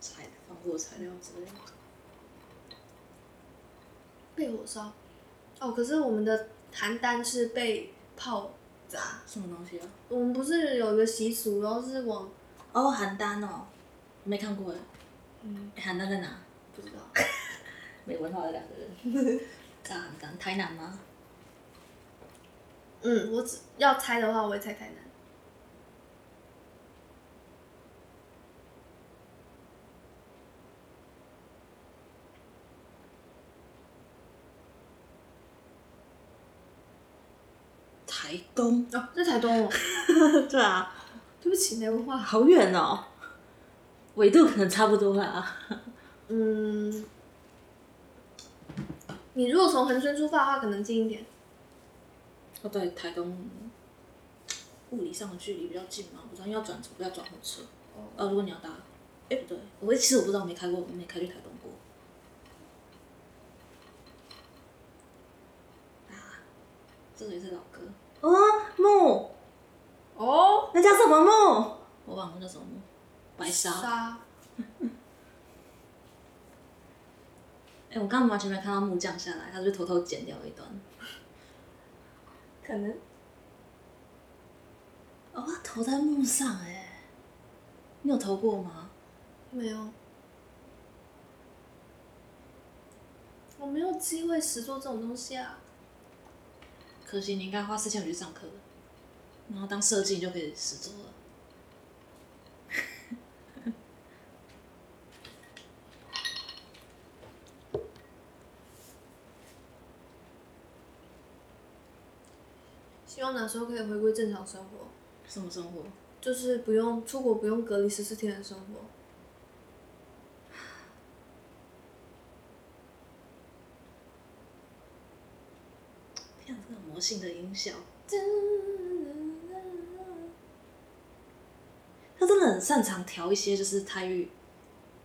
[SPEAKER 1] 材防火材料之类的。
[SPEAKER 2] 被火烧。哦，可是我们的邯郸是被炮砸。
[SPEAKER 1] 什么东西啊？
[SPEAKER 2] 我们不是有一个习俗，然后是往
[SPEAKER 1] 哦，邯郸哦，没看过哎，
[SPEAKER 2] 嗯
[SPEAKER 1] 邯郸在哪？
[SPEAKER 2] 不 知道，
[SPEAKER 1] 没文化的两个人， 在邯郸，台南吗？
[SPEAKER 2] 嗯，我只要猜的话，我会猜台南。
[SPEAKER 1] 台东。
[SPEAKER 2] 哦，是台东哦，
[SPEAKER 1] 对啊，
[SPEAKER 2] 对不起，没文化。
[SPEAKER 1] 好远哦，纬度可能差不多啦。
[SPEAKER 2] 嗯，你如果从横村出发的话，可能近一点。
[SPEAKER 1] 哦，对，台东物理上的距离比较近嘛，我不知道，因为要转要转火车。
[SPEAKER 2] 哦
[SPEAKER 1] 呃，如果你要搭，哎不对，我其实我不知道，我没开过，我没开去台东过。啊，这个也是老歌哦，木，
[SPEAKER 2] 哦，
[SPEAKER 1] 那叫什么木？我忘了叫什么木，白沙。
[SPEAKER 2] 沙
[SPEAKER 1] 哎，我刚刚完全没看到木降下来，他是不是偷偷剪掉一段？
[SPEAKER 2] 可能
[SPEAKER 1] 哦，他投在墓上哎、你有投过吗？
[SPEAKER 2] 没有。我没有机会实做这种东西啊！
[SPEAKER 1] 可惜你应该花四千五去上课，然后当设计你就可以实做了。
[SPEAKER 2] 希望哪时候可以回归正常生活，
[SPEAKER 1] 什么生活？
[SPEAKER 2] 就是不用出国，不用隔离十四天的生活。
[SPEAKER 1] 天啊，这个魔性的音效，他真的很擅长调一些就是台语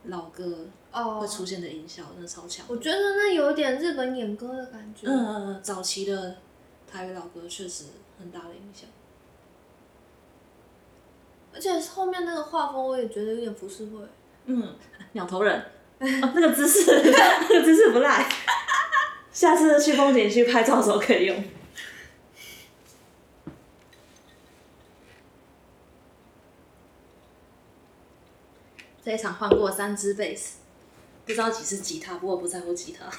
[SPEAKER 1] 老歌
[SPEAKER 2] 哦
[SPEAKER 1] 会，出现的音效，真的超强。
[SPEAKER 2] 我觉得那有一点日本演歌的感觉。
[SPEAKER 1] 嗯嗯嗯，早期的台语老歌确实很大的影响。
[SPEAKER 2] 而且后面那个画风我也觉得有点浮世绘。
[SPEAKER 1] 嗯，鸟头 人，哦、那个姿势，那个姿势不赖。下次去风景区拍照的时候可以用。这一场换过三支贝斯，不知道几次吉他，不过我不在乎吉他。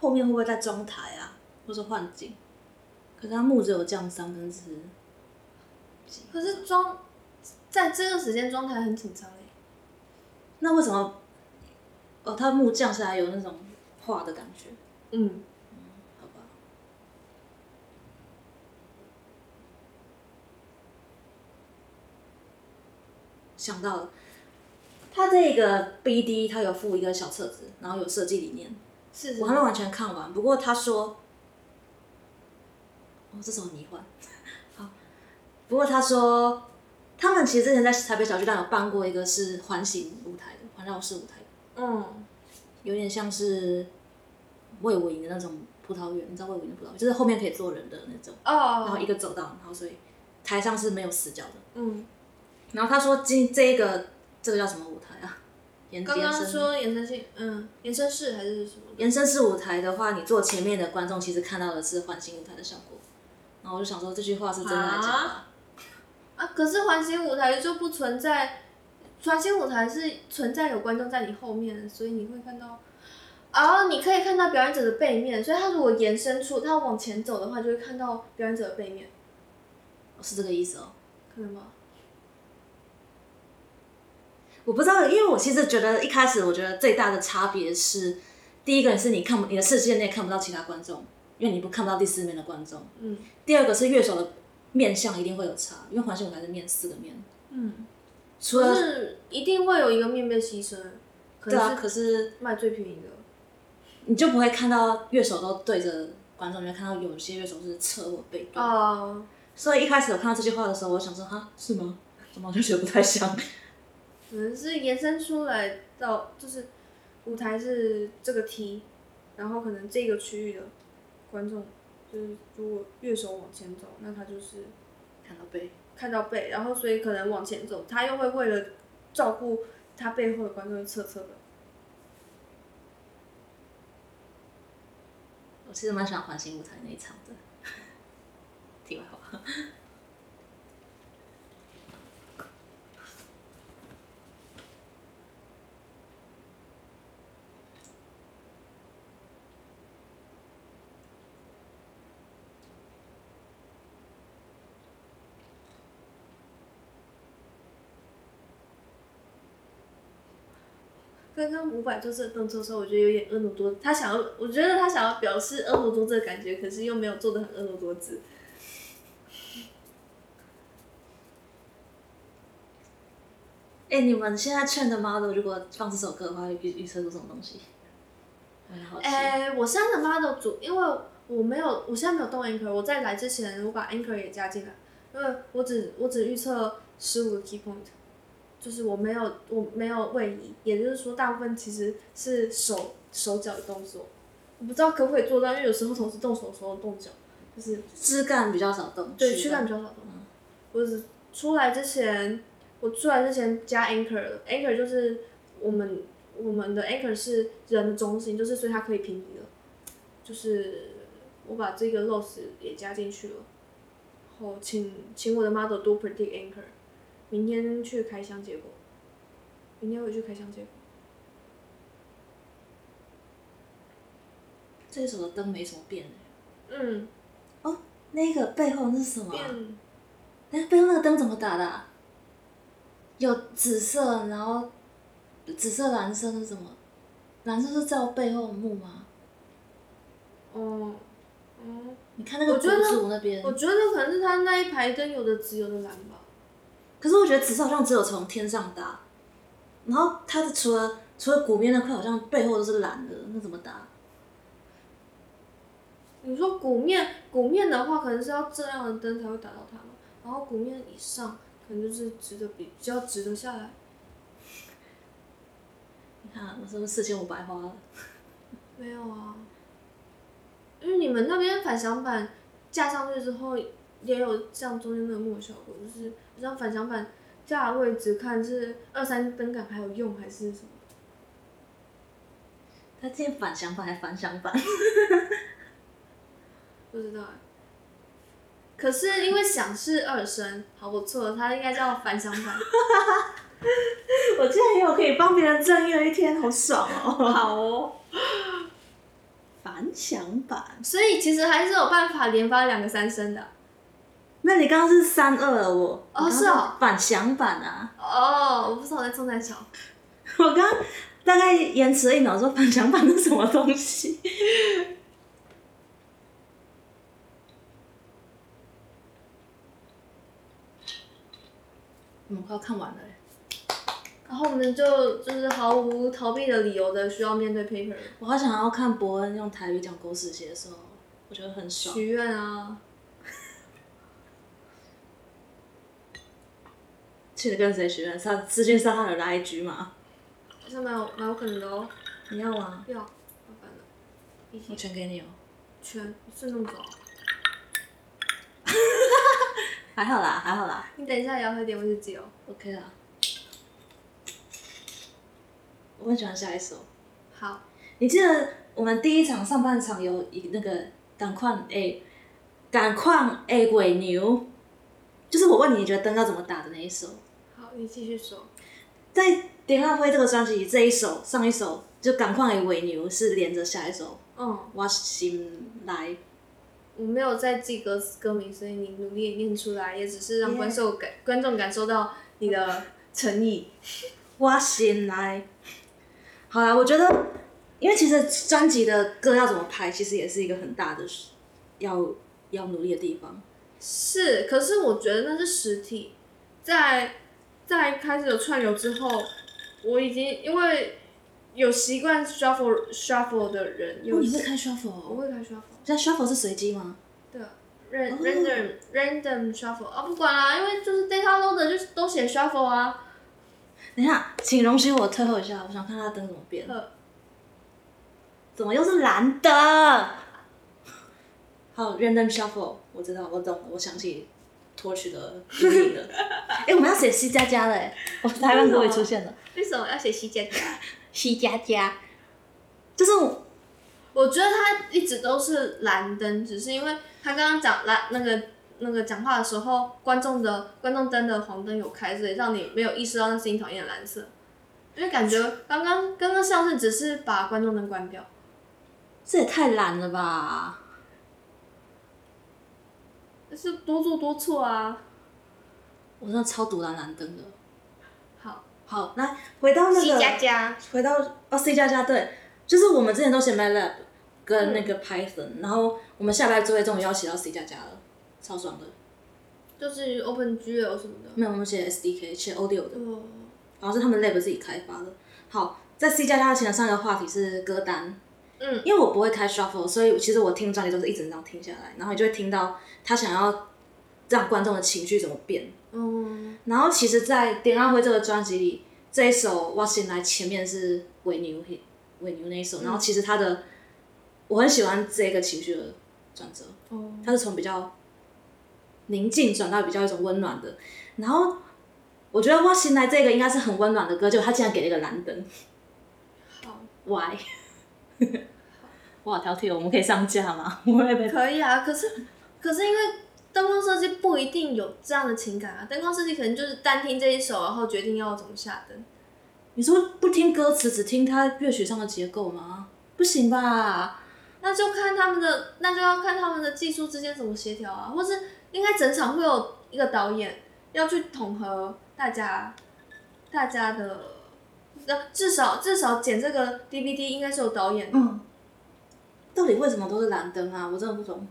[SPEAKER 1] 后面会不会再装台啊，或是换景？可是它木只有降三分之几，
[SPEAKER 2] 可是装在这个时间装台很紧张哎。
[SPEAKER 1] 那为什么？哦，它木降下来有那种画的感觉，
[SPEAKER 2] 嗯，
[SPEAKER 1] 好吧？想到了，它这个 BD 它有附一个小册子，然后有设计理念，
[SPEAKER 2] 是
[SPEAKER 1] 我还没完全看完，不过他说，哦，这首你换， 好，不过他说，他们其实之前在台北小巨蛋有办过一个是环形舞台的，环绕式舞台的，
[SPEAKER 2] 嗯，
[SPEAKER 1] 有点像是魏武营的那种葡萄园，你知道魏武营的葡萄园，就是后面可以坐人的那种，然后
[SPEAKER 2] 哦，
[SPEAKER 1] 一个走道，然后所以台上是没有死角的。
[SPEAKER 2] 嗯，
[SPEAKER 1] 然后他说今这一个这个叫什么舞台啊？延
[SPEAKER 2] 刚
[SPEAKER 1] 延
[SPEAKER 2] 刚
[SPEAKER 1] 伸
[SPEAKER 2] 说延伸性，嗯，延伸式还是什么的？
[SPEAKER 1] 延伸式舞台的话，你坐前面的观众其实看到的是环形舞台的效果。然后我就想说这句话是真的还是假的啊？
[SPEAKER 2] 啊，可是环形舞台就不存在，环形舞台是存在有观众在你后面，所以你会看到，然后你可以看到表演者的背面，所以他如果延伸出，他往前走的话，就会看到表演者的背面，
[SPEAKER 1] 是这个意思哦。
[SPEAKER 2] 可能吗？
[SPEAKER 1] 我不知道，因为我其实觉得一开始，我觉得最大的差别是，第一个是你看不你的视线内看不到其他观众，因为你不看不到第四面的观众。
[SPEAKER 2] 嗯
[SPEAKER 1] 第二个是乐手的面相一定会有差，因为环形舞台是面四个面，
[SPEAKER 2] 嗯，
[SPEAKER 1] 除
[SPEAKER 2] 可
[SPEAKER 1] 了
[SPEAKER 2] 是一定会有一个面被牺牲，可
[SPEAKER 1] 对啊，
[SPEAKER 2] 能
[SPEAKER 1] 可
[SPEAKER 2] 是
[SPEAKER 1] 是
[SPEAKER 2] 卖最便宜的。
[SPEAKER 1] 你就不会看到乐手都对着观众，你会看到有些乐手是侧或背对。啊
[SPEAKER 2] 哦，
[SPEAKER 1] 所以一开始我看到这句话的时候，我想说哈是吗？怎么好像觉得不太像？
[SPEAKER 2] 可能是延伸出来到就是舞台是这个梯，然后可能这个区域的观众就是如果乐手往前走，那他就是
[SPEAKER 1] 看到背，
[SPEAKER 2] 看到背，然后所以可能往前走，他又会为了照顾他背后的观众侧侧的。
[SPEAKER 1] 我其实蛮喜欢环形舞台那一场的。题外话。
[SPEAKER 2] 刚刚伍佰做这个动作的时候，我觉得有点婀娜多，他想要，我觉得他想要表示婀娜多姿的感觉，可是又没有做的很婀娜多姿。
[SPEAKER 1] 哎、你们现在劝的 model 如果放这首歌的话，预预测出什么东西？我很好奇。
[SPEAKER 2] 哎、我现在的 model 组，因为我没有，我现在没有动 anchor，我在来之前我把 anchor 也加进来，因为我只我只预测十五个 key point，就是我没有我没有位移，也就是说大部分其实是手手脚的动作，我不知道可不可以做到，因为有时候同时动手的时候动脚，就是
[SPEAKER 1] 枝干比较少动，
[SPEAKER 2] 对躯干比较少动。
[SPEAKER 1] 嗯
[SPEAKER 2] 我只出来之前，我出来之前加 anchor 了，anchor 就是我们我们的 anchor 是人的中心，就是所以它可以平移了。就是我把这个 loss 也加进去了，然后请请我的 model 多 predict anchor，明天去开箱结果，明天回去开箱结果。
[SPEAKER 1] 这首的灯没什么变、欸、
[SPEAKER 2] 嗯，
[SPEAKER 1] 哦，那个背后那是什么啊？
[SPEAKER 2] 变
[SPEAKER 1] 那背后那个灯怎么打的啊、有紫色，然后紫色蓝色是什么？蓝色是在我背后的幕吗？
[SPEAKER 2] 哦，嗯，
[SPEAKER 1] 你看那个
[SPEAKER 2] 我
[SPEAKER 1] 主
[SPEAKER 2] 觉得
[SPEAKER 1] 主那边，
[SPEAKER 2] 我觉得可能是他那一排灯有的紫有的蓝吧。
[SPEAKER 1] 可是我觉得紫色好像只有从天上打，然后它的除了除了鼓边那块，好像背后都是蓝的，那怎么打？
[SPEAKER 2] 你说鼓面，鼓面的话可能是要这样的灯才会打到它嘛，然后鼓面以上可能就是直的比比较直的下来，
[SPEAKER 1] 你看啊我是不是四千五白花了？
[SPEAKER 2] 没有啊，因为你们那边反响板架上去之后也有像中间那个木的效果，就是像反响板架的位置看是二三灯杆还有用还是什么，
[SPEAKER 1] 他今天反想法还反想法？
[SPEAKER 2] 不知道哎、可是因为响是二声，好我错了，它应该叫反响板。
[SPEAKER 1] 我竟然也有可以帮别人正义的一天，好爽哦！
[SPEAKER 2] 好哦。
[SPEAKER 1] 反响版，
[SPEAKER 2] 所以其实还是有办法连发两个三声的啊、
[SPEAKER 1] 那你刚刚是三二了我？
[SPEAKER 2] 哦
[SPEAKER 1] 我刚刚
[SPEAKER 2] 是哦，
[SPEAKER 1] 反响版啊！
[SPEAKER 2] 哦，我不知道我在冲在小。
[SPEAKER 1] 我刚大概延迟了一秒，说反响版是什么东西？ 我们快要看完了欸耶，
[SPEAKER 2] 然后我们就就是毫无逃避的理由的需要面对 paper
[SPEAKER 1] 我好想要看伯恩用台语讲狗屎鞋的时候，我觉得很爽。
[SPEAKER 2] 许愿啊，
[SPEAKER 1] 去跟谁许愿？上私讯上他的 IG 嘛？
[SPEAKER 2] 好像蛮有蛮有可能的哦。
[SPEAKER 1] 你要吗？
[SPEAKER 2] 要，麻烦了，一
[SPEAKER 1] 我
[SPEAKER 2] 起
[SPEAKER 1] 全给你哦。
[SPEAKER 2] 圈是那么早，
[SPEAKER 1] 还好啦，还好啦
[SPEAKER 2] 你等一下也要喝点威士忌哦。
[SPEAKER 1] ，OK 啦。我很喜欢下一首。
[SPEAKER 2] 好，
[SPEAKER 1] 你记得我们第一场上半场有一那个赶快哎，赶快哎鬼牛，就是我问你，你觉得灯要怎么打的那一首，
[SPEAKER 2] 好，你继续说。
[SPEAKER 1] 在典耀辉这个专辑这一首、上一首就《赶快为牛》是连着下一首
[SPEAKER 2] 嗯
[SPEAKER 1] 《，我心来》，
[SPEAKER 2] 我没有在记歌词歌名，所以你努力地念出来，也只是让观众感观众感受到你的诚意。
[SPEAKER 1] 我心来。好啦，我觉得，因为其实专辑的歌要怎么拍，其实也是一个很大的要要努力的地方。
[SPEAKER 2] 是，可是我觉得那是实体，在在开始有串流之后，我已经因为有习惯 shuffle shuffle 的人，有、
[SPEAKER 1] 哦，你会开 shuffle？
[SPEAKER 2] 我
[SPEAKER 1] 哦
[SPEAKER 2] 会开 shuffle。
[SPEAKER 1] 现在 shuffle 是随机吗？
[SPEAKER 2] 对啊，ran- random random shuffle 啊，不管啦、因为就是 data load 就是都写 shuffle 啊。
[SPEAKER 1] 等一下，请容许我退后一下，我想看它的灯怎么变。
[SPEAKER 2] 呃，
[SPEAKER 1] 怎么又是蓝的？好，random shuffle，我知道，我懂了，我想起脱取的秘密 了。哎、我们要写 C 加加了、欸， 我台湾歌也出 现了
[SPEAKER 2] 为什么要写西加加？
[SPEAKER 1] C 加加，就是我
[SPEAKER 2] 我觉得他一直都是蓝灯，只是因为他刚刚讲蓝那个那个讲话的时候，观众的观众灯的黄灯有开，所以让你没有意识到那是你讨厌的蓝色。因为感觉刚刚刚刚像是只是把观众灯关掉，
[SPEAKER 1] 这也太懒了吧？
[SPEAKER 2] 就是多做多错啊。
[SPEAKER 1] 我真的超堵蓝蓝灯的。
[SPEAKER 2] 好，
[SPEAKER 1] 好，来回到那个，
[SPEAKER 2] 加，
[SPEAKER 1] 回到哦 C 加加，对，就是我们之前都写 MATLAB 跟那个 Python，、然后我们下班作业终于要写到 C 加加了，超爽的。
[SPEAKER 2] 就是 OpenGL 什么的。
[SPEAKER 1] 没有，我们写 SDK，写 Odeo 的。
[SPEAKER 2] 哦，
[SPEAKER 1] 然后是他们 lab 自己开发的。好，在 C 加加前的上一个话题是歌单，
[SPEAKER 2] 嗯，
[SPEAKER 1] 因为我不会开 shuffle，所以其实我听专辑都是一整张听下来，然后你就会听到他想要让观众的情绪怎么变。
[SPEAKER 2] 嗯，
[SPEAKER 1] 然后其实，在《典让辉》这个专辑里，这一首《我醒来》前面是伪牛伪牛那一
[SPEAKER 2] 嗯
[SPEAKER 1] 首，然后其实他的我很喜欢这个情绪的转折，
[SPEAKER 2] 哦，
[SPEAKER 1] 它是从比较宁静转到比较一种温暖的。然后我觉得《哇醒来》这个应该是很温暖的歌，结果他竟然给了一个蓝灯
[SPEAKER 2] 好，
[SPEAKER 1] ，Why？我好挑剔哦，我们可以上架吗？ 我会被
[SPEAKER 2] 可以啊。可是，可是因为灯光设计不一定有这样的情感啊，灯光设计可能就是单听这一首，然后决定要怎么下灯。
[SPEAKER 1] 你说不听歌词，只听它乐曲上的结构吗？不行吧？
[SPEAKER 2] 那就看他们的，那就要看他们的技术之间怎么协调啊，或是应该整场会有一个导演要去统合大家，大家的，那至少至少剪这个 DVD 应该是有导演的，
[SPEAKER 1] 嗯，到底为什么都是蓝灯啊？我真的不懂。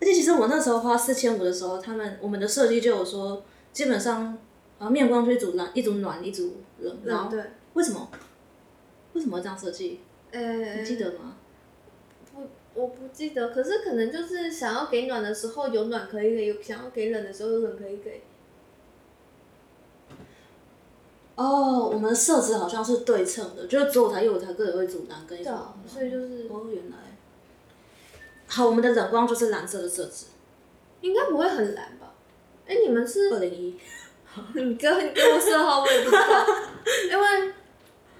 [SPEAKER 1] 而且其实我那时候花四千五的时候，他们我们的设计就有说，基本上呃面光就一组蓝，一组暖，一组冷，然后
[SPEAKER 2] 嗯，对，
[SPEAKER 1] 为什么？为什么要这样设计？
[SPEAKER 2] 呃，
[SPEAKER 1] 你记得吗？
[SPEAKER 2] 不，我不记得，可是可能就是想要给暖的时候有暖可以给，有想要给冷的时候有冷可以给。
[SPEAKER 1] 哦，我们的设置好像是对称的，就是左舞台、右舞台各有一组蓝跟一
[SPEAKER 2] 对
[SPEAKER 1] 组
[SPEAKER 2] 啊
[SPEAKER 1] 红，
[SPEAKER 2] 所以就是
[SPEAKER 1] 哦，原来。好，我们的冷光就是蓝色的设置，
[SPEAKER 2] 应该不会很蓝吧？哎、你们是
[SPEAKER 1] 二零一。
[SPEAKER 2] 你跟你跟我色号我也不知道，因为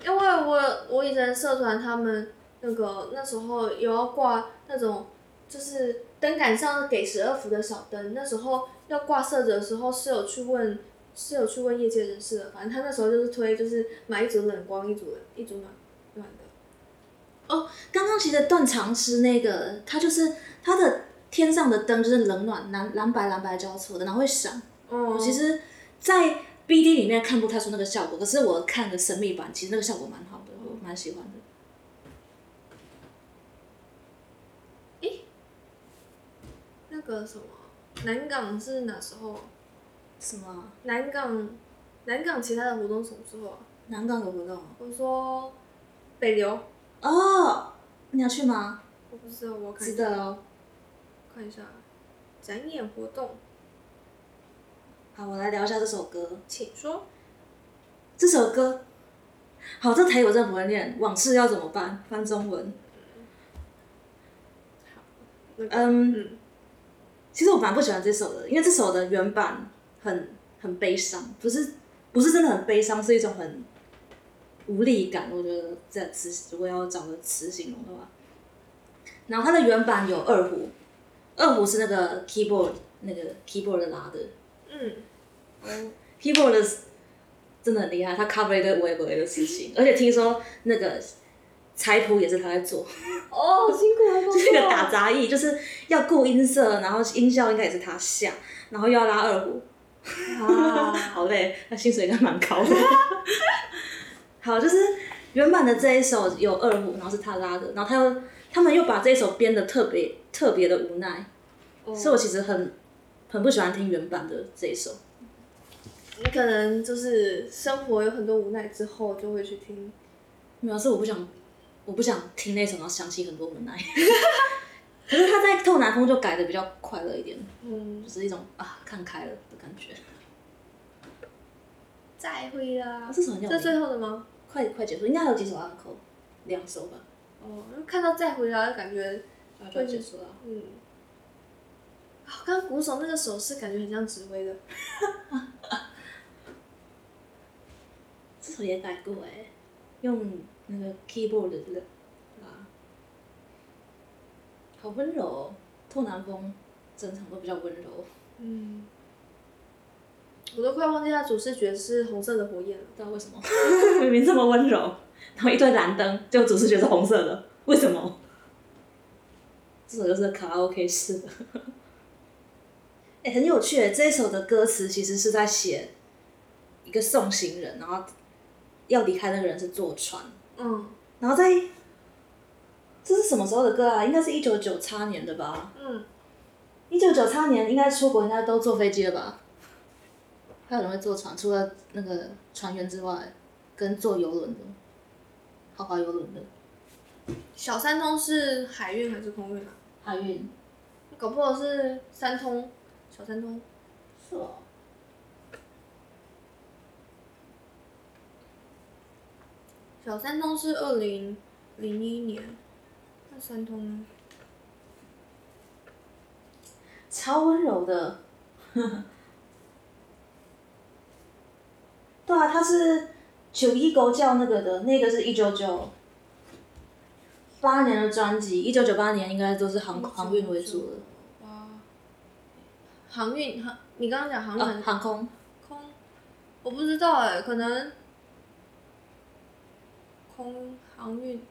[SPEAKER 2] 因为我我以前社团他们那个那时候有要挂那种就是灯杆上给十二伏的小灯，那时候要挂色者的时候是有去问是有去问业界人士的，反正他那时候就是推就是买一组冷光一组冷一组暖暖的，
[SPEAKER 1] 刚刚其实断肠诗那个，它就是它的天上的灯就是冷暖蓝蓝白蓝白交错的，然后会闪。
[SPEAKER 2] 哦、
[SPEAKER 1] 其实，在 BD 里面看不太出那个效果，可是我看了神秘版，其实那个效果蛮好的，我蛮喜欢的。
[SPEAKER 2] 那个什么南港是哪时候？
[SPEAKER 1] 什么啊？
[SPEAKER 2] 南港南港其他的活动什么时候啊？
[SPEAKER 1] 南港有活动哦
[SPEAKER 2] 我说北流，
[SPEAKER 1] 哦？你要去吗？
[SPEAKER 2] 我不知道，我看一
[SPEAKER 1] 值
[SPEAKER 2] 下
[SPEAKER 1] 得哦。
[SPEAKER 2] 看一下展演活动，
[SPEAKER 1] 好，我来聊一下这首歌。
[SPEAKER 2] 请说。
[SPEAKER 1] 这首歌，好，这台语我真的不会念，往事要怎么办？翻中文。
[SPEAKER 2] 那个
[SPEAKER 1] 嗯，
[SPEAKER 2] 嗯，
[SPEAKER 1] 其实我蛮不喜欢这首的，因为这首的原版很很悲伤，不是不是真的很悲伤，是一种很无力感。我觉得这词如果要找个词形容的话，然后它的原版有二胡，二胡是那个 keyboard 那个 keyboard 拉的，
[SPEAKER 2] 嗯，
[SPEAKER 1] keyboardist 真的很厉害，他 cover 一堆微博的事情，而且听说那个裁谱也是他在做，
[SPEAKER 2] 哦，好辛苦的工作。
[SPEAKER 1] 就是那个打杂役，就是要顾音色，然后音效应该也是他下，然后又要拉二胡，
[SPEAKER 2] 啊，
[SPEAKER 1] 好累，那薪水应该蛮高的。 好，就是原版的这一首有二胡，然后是他拉的，然后他又他们又把这一首编的特别特别的无奈，
[SPEAKER 2] 哦
[SPEAKER 1] 所以我其实很很不喜欢听原版的这一首。
[SPEAKER 2] 你可能就是生活有很多无奈之后，就会去听。
[SPEAKER 1] 没有，是我不想，我不想听那首，然后想起很多无奈。 可是他在《透南风》就改的比较快乐一点，
[SPEAKER 2] 嗯
[SPEAKER 1] 就，是一种啊看开了的感觉。
[SPEAKER 2] 再会啦。
[SPEAKER 1] 这首很有
[SPEAKER 2] 这
[SPEAKER 1] 名，
[SPEAKER 2] 最后的吗？
[SPEAKER 1] 快快结束，应该还有几首啊 uncle，两首吧，
[SPEAKER 2] 哦，看到再回啦，就感觉
[SPEAKER 1] 然后就要结束了。
[SPEAKER 2] 嗯。啊，刚刚鼓手那个手势感觉很像指挥的，
[SPEAKER 1] 这首也改过哎、用那个 keyboard 的这个啊，好温柔、哦。透南风整场都比较温柔，
[SPEAKER 2] 嗯，我都快忘记它主视觉是红色的火焰了。
[SPEAKER 1] 不知道为什么，明明这么温柔，然后一堆蓝灯，结果主视觉是红色的，为什么？这首就是卡拉 OK 式的，哎、很有趣耶。这一首的歌词其实是在写一个送行人，然后要离开那个人是坐船，
[SPEAKER 2] 嗯
[SPEAKER 1] 然后在这是什么时候的歌啊？应该是一九九叉年的吧？
[SPEAKER 2] 嗯，
[SPEAKER 1] 一九九叉年应该出国应该都坐飞机了吧？还有人会坐船，除了那个船员之外，跟坐游轮的，豪华游轮的
[SPEAKER 2] 小三通是海运还是空运啊？
[SPEAKER 1] 海运。
[SPEAKER 2] 搞不好是三通，小三通。
[SPEAKER 1] 是哦。
[SPEAKER 2] 小三通是二零零一年，那三通呢？
[SPEAKER 1] 超温柔的。 对啊，他是九一狗叫那个的，那个是一九九八年的专辑，一九九八年应该都是航航运为主的，
[SPEAKER 2] 哇，航运航，你刚刚讲航运还
[SPEAKER 1] 啊
[SPEAKER 2] 是、
[SPEAKER 1] 航空。
[SPEAKER 2] 空？我不知道哎、可能空航运，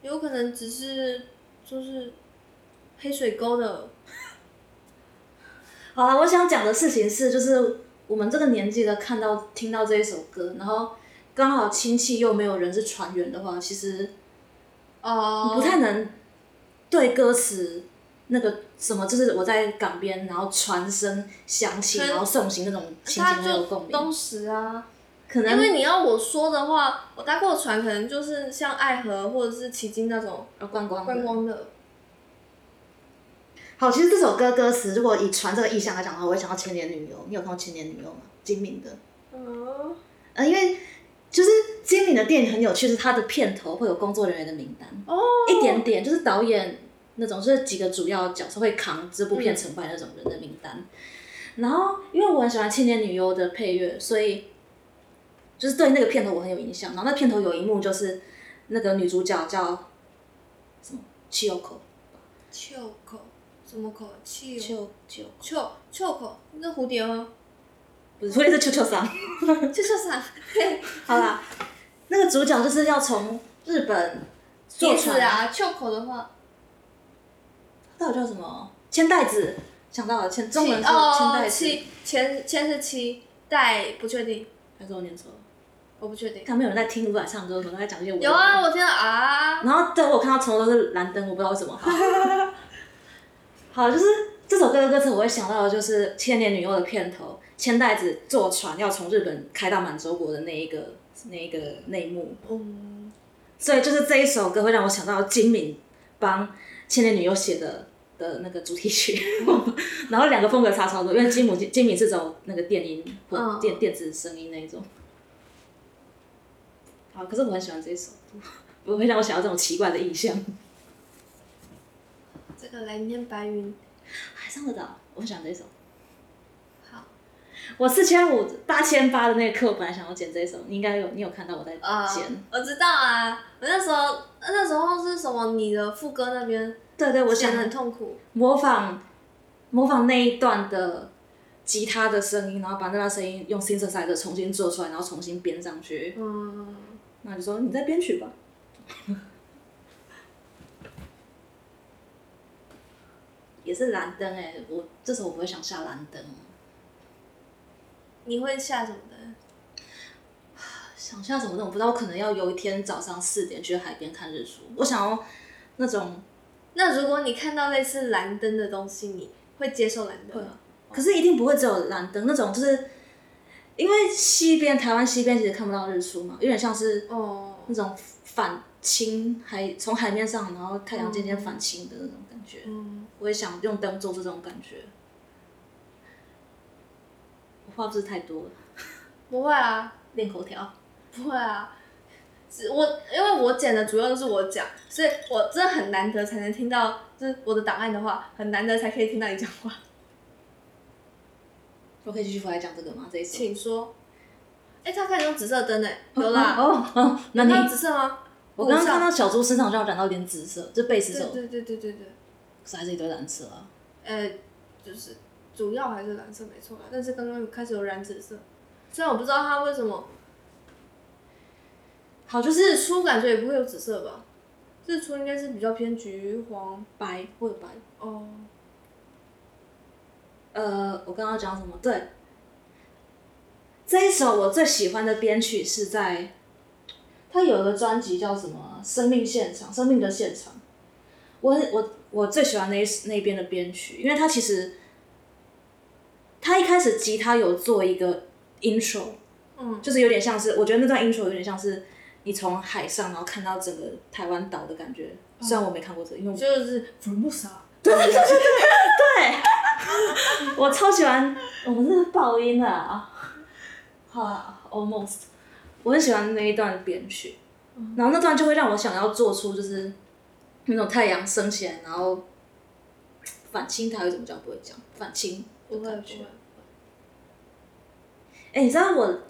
[SPEAKER 2] 有可能只是就是黑水沟的，
[SPEAKER 1] 好了，我想讲的事情是，就是我们这个年纪的看到、听到这一首歌，然后刚好亲戚又没有人是船员的话，其实
[SPEAKER 2] 哦、
[SPEAKER 1] 不太能对歌词那个什么，就是我在港边，然后船声响起，
[SPEAKER 2] 可能
[SPEAKER 1] 然后送行那种情
[SPEAKER 2] 他
[SPEAKER 1] 景很有
[SPEAKER 2] 就
[SPEAKER 1] 共鸣。
[SPEAKER 2] 东石啊。
[SPEAKER 1] 可
[SPEAKER 2] 因
[SPEAKER 1] 能
[SPEAKER 2] 为你要我说的话，我搭过的船可能就是像爱河或者是奇经那种
[SPEAKER 1] 呃观光的
[SPEAKER 2] 观光的，
[SPEAKER 1] 好，其实这首歌歌词，如果以船这个意象来讲的话，我会想到《千年女优》。你有看过《千年女优》吗？金敏的。
[SPEAKER 2] 嗯，
[SPEAKER 1] 呃，因为就是金敏的电影很有趣，是它的片头会有工作人员的名单。
[SPEAKER 2] 哦，
[SPEAKER 1] 一点点，就是导演那种，就是几个主要角色会扛这部片成败那种人的名单。然后，因为我很喜欢《千年女优》的配乐，所以就是对那个片头我很有影响。然后那片头有一幕就是那个女主角叫什么 Chioko
[SPEAKER 2] 秋口什么口？气
[SPEAKER 1] Chio Chio，
[SPEAKER 2] 秋秋口，那蝴蝶吗？
[SPEAKER 1] 不是，我也是 Chioko 桑。
[SPEAKER 2] 就像啥？
[SPEAKER 1] 好啦，那个主角就是要从日本坐
[SPEAKER 2] 蝶子
[SPEAKER 1] 船，
[SPEAKER 2] 啊，秋口的话，
[SPEAKER 1] 到底叫什么？千代子，想到了，千中文是千
[SPEAKER 2] 哦
[SPEAKER 1] 代，子，
[SPEAKER 2] 七前前是七代，不确定，
[SPEAKER 1] 还是我念错了？
[SPEAKER 2] 我不确定。
[SPEAKER 1] 看没有人在听伍佰唱歌，可能在讲一些文。
[SPEAKER 2] 有啊，我听到啊，
[SPEAKER 1] 然后对我看到从头都是蓝灯，我不知道为什么。好，好就是这首歌的歌词，我会想到的就是《千年女优》的片头，千代子坐船要从日本开到满洲国的那一个那一个内幕，
[SPEAKER 2] 嗯，
[SPEAKER 1] 所以就是这一首歌会让我想到金敏帮《千年女优》写的。的那个主题曲，然后两个风格差超多，因为金姆金敏是走那个电音或
[SPEAKER 2] 嗯
[SPEAKER 1] 电电子声音那一种。好，可是我很喜欢这一首，不会让我想到这种奇怪的意象。
[SPEAKER 2] 这个蓝天白云，
[SPEAKER 1] 还上得到，我想这一首。
[SPEAKER 2] 好，
[SPEAKER 1] 我四千五八千八的那个课，我本来想要剪这一首，你应该有，你有看到我在
[SPEAKER 2] 啊
[SPEAKER 1] 剪。，
[SPEAKER 2] 我知道啊，我那时候那时候是什么？你的副歌那边
[SPEAKER 1] 对对，我
[SPEAKER 2] 我剪得
[SPEAKER 1] 想
[SPEAKER 2] 很痛苦，
[SPEAKER 1] 模仿模仿那一段的吉他的声音，然后把那段声音用 synthesizer 重新做出来，然后重新编上去。
[SPEAKER 2] 嗯，
[SPEAKER 1] 那就说你再编曲吧。 也是蓝灯哎、我这首我不会想下蓝灯，
[SPEAKER 2] 你会下什么的？
[SPEAKER 1] 想下什么灯我不知道，我可能要有一天早上四点去海边看日出。我想要那种
[SPEAKER 2] 那如果你看到类似蓝灯的东西，你会接受蓝灯吗？
[SPEAKER 1] 可是一定不会啊只有蓝灯那种，就是因为西边台湾西边其实看不到日出嘛，有点像是
[SPEAKER 2] 哦，
[SPEAKER 1] 那种反清海从海面上，然后太阳渐渐反清的那种感觉。
[SPEAKER 2] 嗯，
[SPEAKER 1] 我也想用灯做出这种感觉。我话不是太多了，
[SPEAKER 2] 不会啊，
[SPEAKER 1] 练口条。
[SPEAKER 2] 不会啊。只我因为我剪的主要都是我讲，所以我真的很难得才能听到，就是我的档案的话，很难得才可以听到你讲话。
[SPEAKER 1] 我可以继续回来讲这个吗？这一次
[SPEAKER 2] 请说。哎、他开始用紫色灯哎、有啦，
[SPEAKER 1] 哦，哦那
[SPEAKER 2] 有
[SPEAKER 1] 你
[SPEAKER 2] 看到紫色吗？
[SPEAKER 1] 我刚刚
[SPEAKER 2] 五上
[SPEAKER 1] 看到小猪身上就有染到一点紫色，就贝斯
[SPEAKER 2] 对
[SPEAKER 1] 手，
[SPEAKER 2] 对对对对对，
[SPEAKER 1] 可是还是一堆蓝色啊。
[SPEAKER 2] 呃，就是主要还是蓝色没错啦，但是刚刚有开始有染紫色，虽然我不知道它为什么
[SPEAKER 1] 好，就
[SPEAKER 2] 日
[SPEAKER 1] 是
[SPEAKER 2] 出感觉也不会有紫色吧，日出应该是比较偏橘黄
[SPEAKER 1] 白或者白。
[SPEAKER 2] 哦，
[SPEAKER 1] 呃，我刚刚讲什么？对，这一首我最喜欢的编曲是在，它有一个专辑叫什么《生命现场》，生命的现场。我我我最喜欢那一那边的编曲，因为它其实，它一开始吉他有做一个 intro，
[SPEAKER 2] 嗯
[SPEAKER 1] 就是有点像是，我觉得那段 intro 有点像是你从海上然后看到整个台湾岛的感觉。虽然我没看过这个，因为我
[SPEAKER 2] 哦就是福木萨，
[SPEAKER 1] 我超喜欢，我们这是爆音啊！ 好啊，almost，我很喜欢那一段编曲，
[SPEAKER 2] 嗯
[SPEAKER 1] 然后那段就会让我想要做出就是那种太阳升起来，然后反清台语怎么讲不会讲反清的
[SPEAKER 2] 不会
[SPEAKER 1] 感
[SPEAKER 2] 不
[SPEAKER 1] 觉。
[SPEAKER 2] 会，
[SPEAKER 1] 哎、你知道我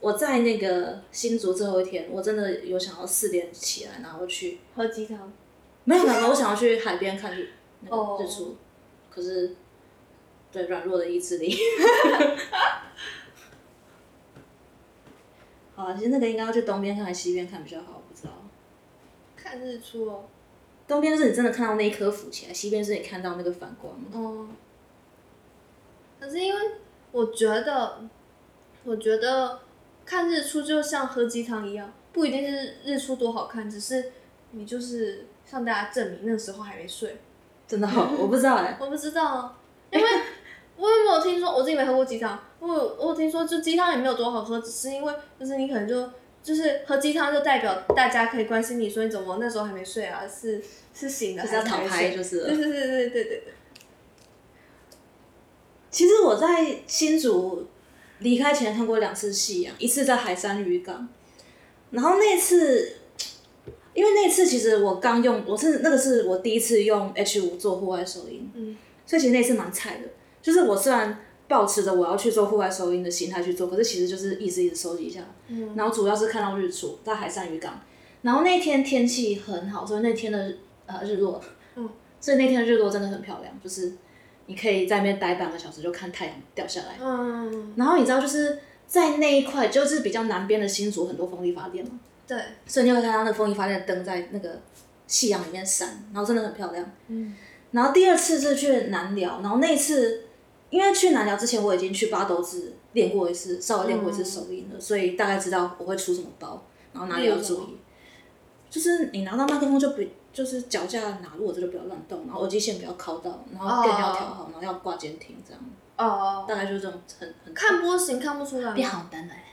[SPEAKER 1] 我在那个新竹最后一天，我真的有想要四点起来，然后去
[SPEAKER 2] 喝鸡汤，
[SPEAKER 1] 没有没有，我想要去海边看日那
[SPEAKER 2] 哦
[SPEAKER 1] 个日出可是对软弱的意志力。好啊，其实那个应该要去东边看还是西边看比较好，我不知道。
[SPEAKER 2] 看日出哦，
[SPEAKER 1] 东边是你真的看到那一颗浮起来，西边是你看到那个反光。
[SPEAKER 2] 哦，可是因为我觉得，我觉得看日出就像喝鸡汤一样，不一定是日出多好看，只是你就是向大家证明那时候还没睡。
[SPEAKER 1] 真的好，我不知道 哎、
[SPEAKER 2] 我不知道啊， 因为我也没有听说，我自己没喝过鸡汤，我有我有听说就鸡汤也没有多好喝，只是因为就是你可能就。就是喝鸡汤就代表大家可以关心你说你怎么那时候还没睡啊，是是醒的
[SPEAKER 1] 就是
[SPEAKER 2] 还是
[SPEAKER 1] 要讨
[SPEAKER 2] 还没
[SPEAKER 1] 拍
[SPEAKER 2] 睡
[SPEAKER 1] 就是了
[SPEAKER 2] 对对对对对对对，
[SPEAKER 1] 其实我在新竹离开前看过两次夕阳，一次在海山渔港，然后那次，因为那次其实我刚用，我是那个是我第一次用 H 五做户外收音，
[SPEAKER 2] 嗯，
[SPEAKER 1] 所以其实那次蛮菜的。就是我虽然保持着我要去做户外收音的心态去做，可是其实就是一直一直收集一下，
[SPEAKER 2] 嗯
[SPEAKER 1] 然后主要是看到日出在海山渔港，然后那天天气很好，所以那天的呃日落，
[SPEAKER 2] 嗯，
[SPEAKER 1] 所以那天的日落真的很漂亮，就是你可以在那边待半个小时就看太阳掉下来，
[SPEAKER 2] 嗯，
[SPEAKER 1] 然后你知道就是在那一块就是比较南边的新竹很多风力发电嘛，
[SPEAKER 2] 对，
[SPEAKER 1] 所以你会看到那个风力发电的灯在那个夕阳里面闪，然后真的很漂亮。
[SPEAKER 2] 嗯
[SPEAKER 1] 然后第二次是去南寮，然后那一次因为去南寮之前我已经去八斗子练过一次，稍微练过一次手艺了，所以大概知道我会出什么包，然后哪里要注
[SPEAKER 2] 例如什
[SPEAKER 1] 意。就是你拿到麦克风就不就是脚架拿落，这就不要乱动，然后耳机线不要靠到，然后电要调好，然后要挂监听，这样
[SPEAKER 2] 哦，
[SPEAKER 1] 大概就是这种很很
[SPEAKER 2] 看波形看不出来吗，
[SPEAKER 1] 变好单来，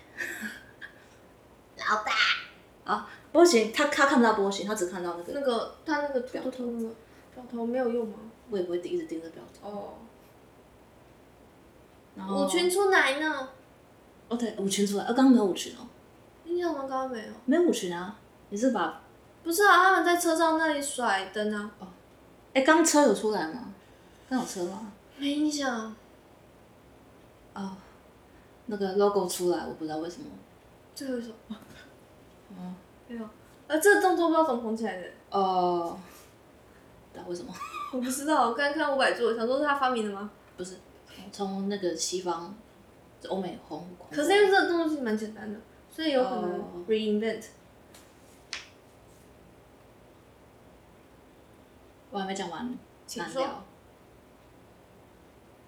[SPEAKER 1] 老大啊，波形他他看不到波形，他只看到那个，
[SPEAKER 2] 那个他那个秃秃秃那个表头没有用吗？
[SPEAKER 1] 我也不会一直盯着表头。
[SPEAKER 2] 哦，
[SPEAKER 1] 然后
[SPEAKER 2] 五群出来呢？
[SPEAKER 1] 哦对，舞裙出来，呃、刚刚没有舞裙哦，
[SPEAKER 2] 你怎么刚刚没有？
[SPEAKER 1] 没有舞裙啊，你是把
[SPEAKER 2] 不是啊，他们在车上那里甩灯啊，
[SPEAKER 1] 哎刚车有出来吗？刚有车吗？
[SPEAKER 2] 没印象。
[SPEAKER 1] 哦，那个 logo 出来，我不知道为什么。
[SPEAKER 2] 最后一首。没有。啊，这个动作不知道怎么红起来的，
[SPEAKER 1] 哦，不知道为什么？
[SPEAKER 2] 我不知道。我刚刚看五百座，想说是他发明的吗？
[SPEAKER 1] 不是，从那个西方欧美红。红
[SPEAKER 2] 可是因为这个动作其实蛮简单的，所以有可能
[SPEAKER 1] 哦
[SPEAKER 2] reinvent。
[SPEAKER 1] 我还没讲完，
[SPEAKER 2] 请
[SPEAKER 1] 难
[SPEAKER 2] 说
[SPEAKER 1] 聊。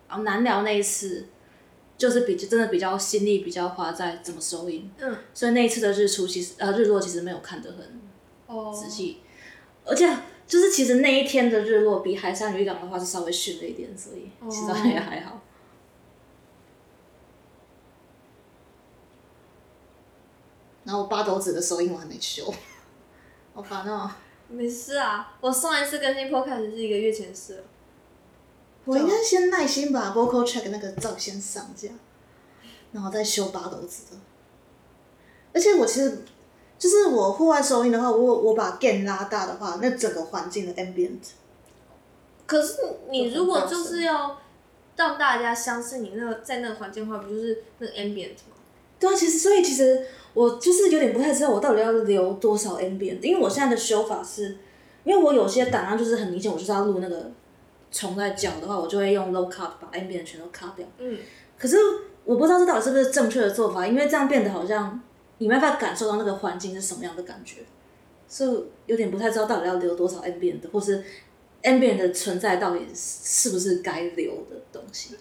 [SPEAKER 1] 然后难聊那一次，就是比真的比较心力比较花在怎么收音，
[SPEAKER 2] 嗯，
[SPEAKER 1] 所以那一次的日出其实呃日落其实没有看得很
[SPEAKER 2] 哦，
[SPEAKER 1] 仔细，而且就是其实那一天的日落比海上渔港的话是稍微逊了一点，所以其实好像也还好。然后我八斗子的收音我还没修，好烦哦！
[SPEAKER 2] 没事啊，我上一次更新 podcast 是一个月前的事了。
[SPEAKER 1] 我应该先耐心把 vocal check 那个照先上架，然后再修八斗子的。而且我其实就是我户外收音的话，我我把 gain 拉大的话，那整个环境的 ambient
[SPEAKER 2] 可是你如果
[SPEAKER 1] 就很大
[SPEAKER 2] 就
[SPEAKER 1] 声
[SPEAKER 2] 是要让大家相信你那个在那个环境的话，不就是那个 ambient 吗？
[SPEAKER 1] 对啊，其实所以其实我就是有点不太知道我到底要留多少 ambient，因为我现在的修法是，因为我有些档案就是很明显，我就是要录那个虫在叫的话，我就会用 low cut 把 ambient 全都 cut 掉。
[SPEAKER 2] 嗯，
[SPEAKER 1] 可是我不知道这到底是不是正确的做法，因为这样变得好像你没办法感受到那个环境是什么样的感觉，所以有点不太知道到底要留多少 ambient，的或是 ambient 的存在到底是不是该留的东西。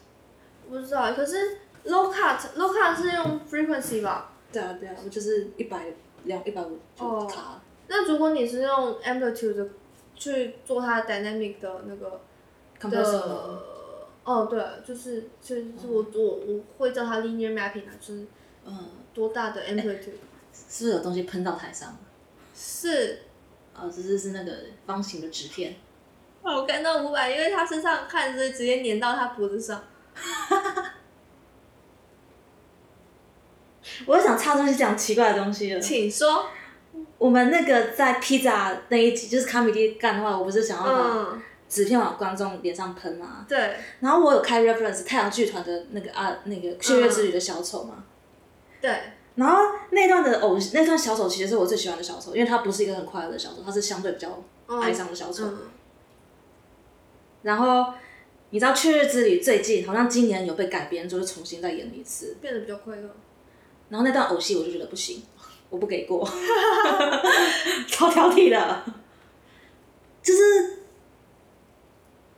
[SPEAKER 2] 不知道。可是 low cut low cut 是用 frequency 吧？
[SPEAKER 1] 对啊，对啊，我就是一百两一百五
[SPEAKER 2] 哦
[SPEAKER 1] 就卡了。
[SPEAKER 2] 那如果你是用 amplitude 的去做它 dynamic 的那个
[SPEAKER 1] compressor 吗
[SPEAKER 2] 的，哦，对，就是就是我我我会叫它 linear mapping 啊，就是
[SPEAKER 1] 嗯，
[SPEAKER 2] 多大的 amplitude
[SPEAKER 1] 是不是有东西喷到台上了？
[SPEAKER 2] 是
[SPEAKER 1] 哦，只是是那个方形的纸片，
[SPEAKER 2] 啊，我看到五百，因为他身上汗，所以直接粘到他脖子上。
[SPEAKER 1] 我又想插东西讲奇怪的东西了。
[SPEAKER 2] 请说。
[SPEAKER 1] 我们那个在披萨那一集，就是卡米蒂干的话，我不是想要把
[SPEAKER 2] 嗯，
[SPEAKER 1] 纸片往观众脸上喷吗？
[SPEAKER 2] 对
[SPEAKER 1] 然后我有开 reference 太阳剧团的那个啊那个雀跃之旅的小丑嘛，
[SPEAKER 2] 对，
[SPEAKER 1] 然后那段的偶那段小丑其实是我最喜欢的小丑，因为他不是一个很快乐的小丑，他是相对比较哀伤的小丑。
[SPEAKER 2] 嗯，
[SPEAKER 1] 然后你知道《雀跃之旅》最近好像今年有被改编，就是重新再演了一次。
[SPEAKER 2] 变得比较快乐。
[SPEAKER 1] 然后那段偶戏我就觉得不行，我不给过， 超挑剔的，就是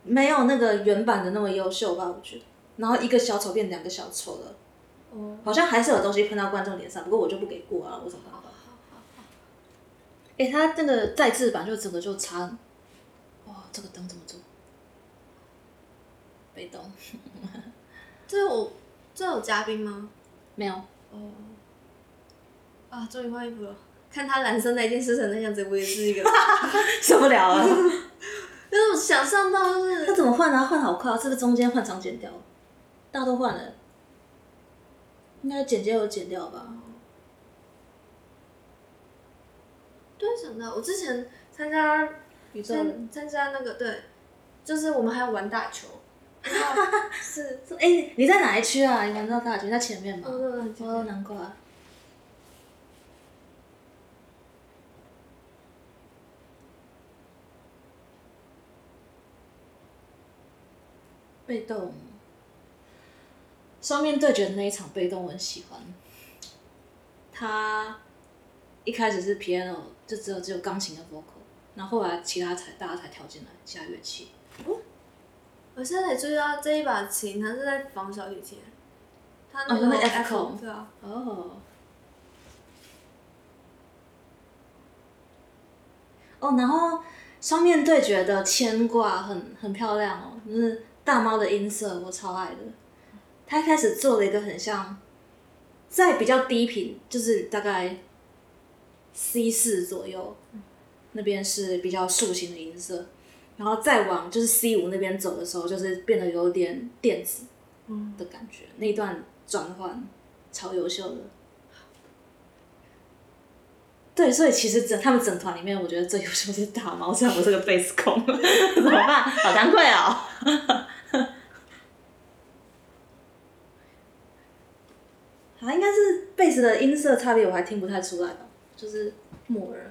[SPEAKER 1] 没有那个原版的那么优秀吧，我觉得。然后一个小丑变两个小丑了，
[SPEAKER 2] 哦，
[SPEAKER 1] 好像还是有东西喷到观众脸上，不过我就不给过啊，我怎么办法？哎、他那个再制版就整个就差，哇，这个灯怎么做？被动
[SPEAKER 2] 这有这有嘉宾吗？
[SPEAKER 1] 没有，
[SPEAKER 2] 哦，啊，终于换衣服了。看他蓝色那件事成那样子，我也是一个，
[SPEAKER 1] 受不了了。
[SPEAKER 2] 就是我想象到就是
[SPEAKER 1] 他怎么换啊？换好快啊！是不是中间换长剪掉了？大家都换了，应该剪接有剪掉吧？
[SPEAKER 2] 突然想到，我之前参加
[SPEAKER 1] 宇宙人
[SPEAKER 2] 参参加那个对，就是我们还有玩打 球，然后是
[SPEAKER 1] 说哎、你在哪一区啊？你玩到大区在前面吗？
[SPEAKER 2] 哦对很前面
[SPEAKER 1] 哦，难怪。被动，双面对决的那一场被动我很喜欢。他一开始是 piano，就只有只有钢琴的 vocal，然后后来其他才大家才跳进来，其他乐器。
[SPEAKER 2] 我现在才注意到这一把琴，它是在仿小提琴，它
[SPEAKER 1] 哦
[SPEAKER 2] 那
[SPEAKER 1] 那
[SPEAKER 2] 个
[SPEAKER 1] 个 F 口
[SPEAKER 2] F 对啊，
[SPEAKER 1] 哦。哦，然后双面对决的牵挂很很漂亮哦，就是大猫的音色，我超爱的。他一开始做了一个很像，在比较低频，就是大概 C 四左右，那边是比较竖琴的音色，然后再往就是 C 五那边走的时候，就是变得有点电子
[SPEAKER 2] 嗯，
[SPEAKER 1] 的感觉，那一段转换超优秀的。对，所以其实整他们整团里面，我觉得最优秀是大猫，虽然我是个贝斯控， 怎么办？好惭愧哦。好，应该是贝斯的音色差别我还听不太出来吧，就是木耳，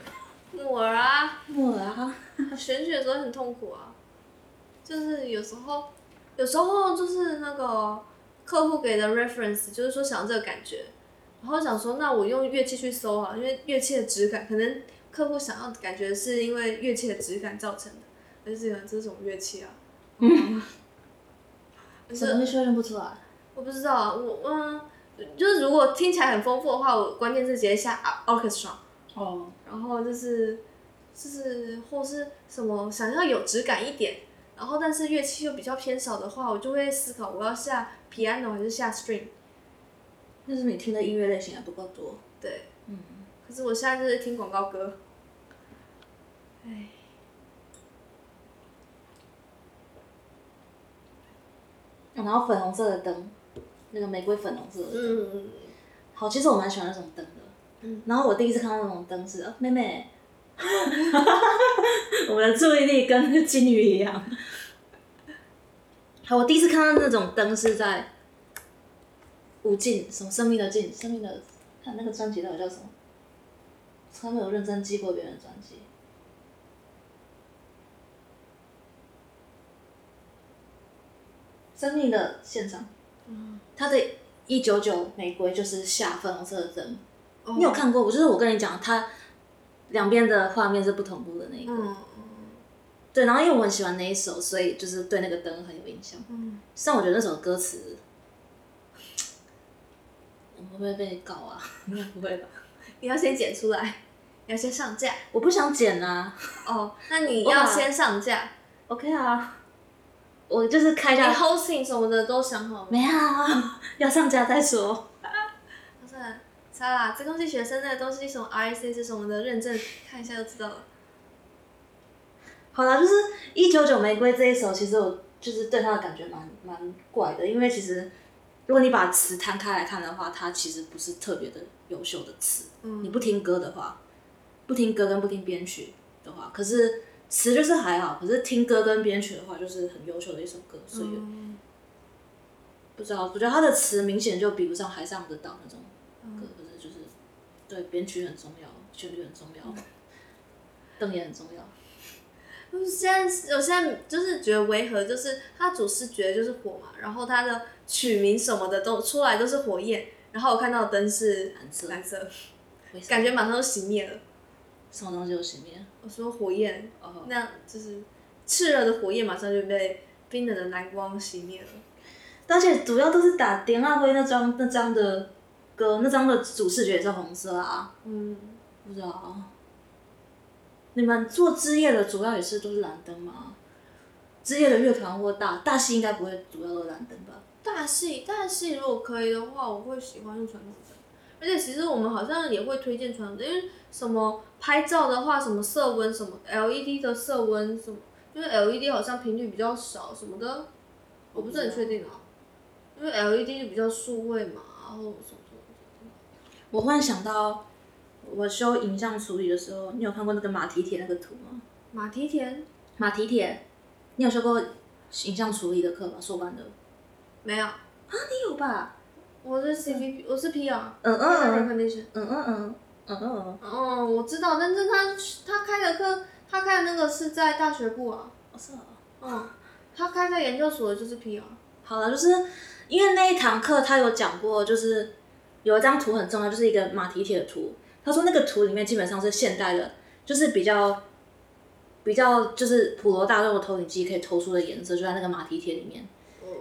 [SPEAKER 2] 木耳啊，
[SPEAKER 1] 木耳啊，
[SPEAKER 2] 选举的时候很痛苦啊，就是有时候有时候就是那个客户给的 reference，就是说想要这个感觉，然后想说那我用乐器去搜啊，因为乐器的质感，可能客户想要的感觉是因为乐器的质感造成的，而且这种乐器啊，
[SPEAKER 1] 怎么会修炼不出来？
[SPEAKER 2] 我不知道啊，我嗯，就是如果听起来很丰富的话，我关键字直接下啊 orchestra，
[SPEAKER 1] 哦，
[SPEAKER 2] 然后就是就是或是什么想要有质感一点，然后但是乐器又比较偏少的话，我就会思考我要下 piano 还是下 string。
[SPEAKER 1] 那是你听的音乐类型还不够多。
[SPEAKER 2] 对，嗯。可是我现在就是听广告歌。哎。
[SPEAKER 1] 然后粉红色的灯，那个玫瑰粉红色的灯
[SPEAKER 2] 嗯，
[SPEAKER 1] 好，其实我蛮喜欢那种灯的。
[SPEAKER 2] 嗯
[SPEAKER 1] 然后我第一次看到那种灯是，呃妹妹，我们的注意力跟那个金鱼一样。好，我第一次看到那种灯是在无尽什么生命的尽，生命的，看那个专辑到底叫什么？从来没有认真记过别人的专辑。生命的现场，
[SPEAKER 2] 嗯
[SPEAKER 1] 它的一九九玫瑰就是下粉红色的灯，
[SPEAKER 2] 哦
[SPEAKER 1] 你有看过？我就是我跟你讲，它两边的画面是不同步的那一个。
[SPEAKER 2] 嗯
[SPEAKER 1] 对，然后因为我很喜欢那一首，所以就是对那个灯很有印象。
[SPEAKER 2] 嗯，
[SPEAKER 1] 虽然我觉得那首歌词，我会不会被告啊？ 应该不会吧？
[SPEAKER 2] 你要先剪出来，你要先上架
[SPEAKER 1] 我不想剪啊。
[SPEAKER 2] 哦。那你
[SPEAKER 1] 我把
[SPEAKER 2] 要先上架，
[SPEAKER 1] OK 啊，我就是开
[SPEAKER 2] 你
[SPEAKER 1] 下
[SPEAKER 2] hosting 什么的都想好了吗。
[SPEAKER 1] 没啊， 要上架再说。
[SPEAKER 2] 不是，莎拉，这东西学生那个东西什么 RSC 是什么的认证，看一下就知道了。
[SPEAKER 1] 好啦，就是《一九九玫瑰》这一首，其实我就是对它的感觉蛮蛮怪的，因为其实如果你把词摊开来看的话，它其实不是特别的优秀的词。
[SPEAKER 2] 嗯
[SPEAKER 1] 你不听歌的话，不听歌跟不听编曲的话，可是词就是还好，可是听歌跟编曲的话，就是很优秀的一首歌，所以
[SPEAKER 2] 嗯
[SPEAKER 1] 不知道，我觉得它的词明显就比不上《海上的岛》那种歌，可是就是对编曲很重要，旋律很重要，瞪眼很重要。
[SPEAKER 2] 就是现在，我现在就是觉得违和，就是它主视觉就是火嘛，然后它的取名什么的都出来都是火焰，然后我看到的灯是
[SPEAKER 1] 蓝色
[SPEAKER 2] 蓝色，
[SPEAKER 1] 为什么
[SPEAKER 2] 感觉马上就熄灭了。
[SPEAKER 1] 什么东西有熄灭？
[SPEAKER 2] 我说火焰，
[SPEAKER 1] 哦
[SPEAKER 2] 那样就是炽热的火焰马上就被冰冷的蓝光熄灭了。
[SPEAKER 1] 而且主要都是打点蜡辉那张那张的歌，那张的主视觉也是红色啊，
[SPEAKER 2] 嗯，
[SPEAKER 1] 不知道啊。你们做之夜的主要也是都是蓝灯吗？之夜的乐团或大大戏应该不会主要都蓝灯吧？
[SPEAKER 2] 大戏大戏如果可以的话，我会喜欢用传统灯。而且其实我们好像也会推荐传统灯，因为什么拍照的话，什么色温，什么 LED 的色温，什么因为 LED 好像频率比较少什么的，我不是很确定啊。因为 LED 就比较数位嘛，然后什么什么
[SPEAKER 1] 我忽然想到，我修影像处理的时候，你有看过那个马蹄铁那个图吗？
[SPEAKER 2] 马蹄田
[SPEAKER 1] 马蹄铁，你有修过影像处理的课吗？硕班的？
[SPEAKER 2] 没有，
[SPEAKER 1] 你有吧？
[SPEAKER 2] 我是 CVP，我是 PR，
[SPEAKER 1] 嗯嗯嗯
[SPEAKER 2] recognition。
[SPEAKER 1] 嗯嗯嗯嗯嗯，
[SPEAKER 2] 嗯，我知道，但是他他开的课，他开的那个是在大学部啊，
[SPEAKER 1] 我是哦。
[SPEAKER 2] 嗯，他开在研究所的就是 PR。
[SPEAKER 1] 好了，就是因为那一堂课他有讲过，就是有一张图很重要，就是一个马蹄铁的图。他说那个图里面基本上是现代的，就是比较比较就是普罗大众的投影机可以投出的颜色，就在那个马蹄铁里面。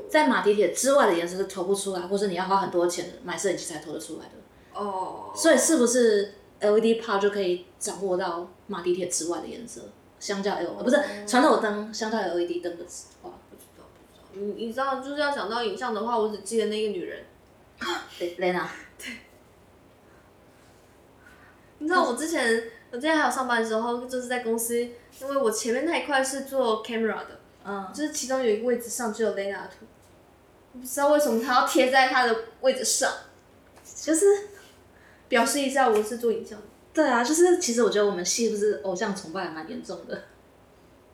[SPEAKER 1] 在马蹄铁之外的颜色是投不出来，或是你要花很多钱买摄影机才投得出来的。
[SPEAKER 2] 哦，
[SPEAKER 1] 所以是不是 LED 泡就可以掌握到马蹄铁之外的颜色？相较 L 呃不是传统灯，相较 LED 灯的话，
[SPEAKER 2] 你你知道，就是要讲到影像的话，我只记得那个女人。
[SPEAKER 1] 雷雷娜。
[SPEAKER 2] 你知道我之前，我之前还有上班的时候，就是在公司，因为我前面那一块是做 camera 的，
[SPEAKER 1] 嗯，
[SPEAKER 2] 就是其中有一个位置上只有 Lena 的图，我不知道为什么她要贴在她的位置上，
[SPEAKER 1] 就是
[SPEAKER 2] 表示一下我是做影像的。
[SPEAKER 1] 对啊，就是其实我觉得我们系不是偶像崇拜还蛮严重的，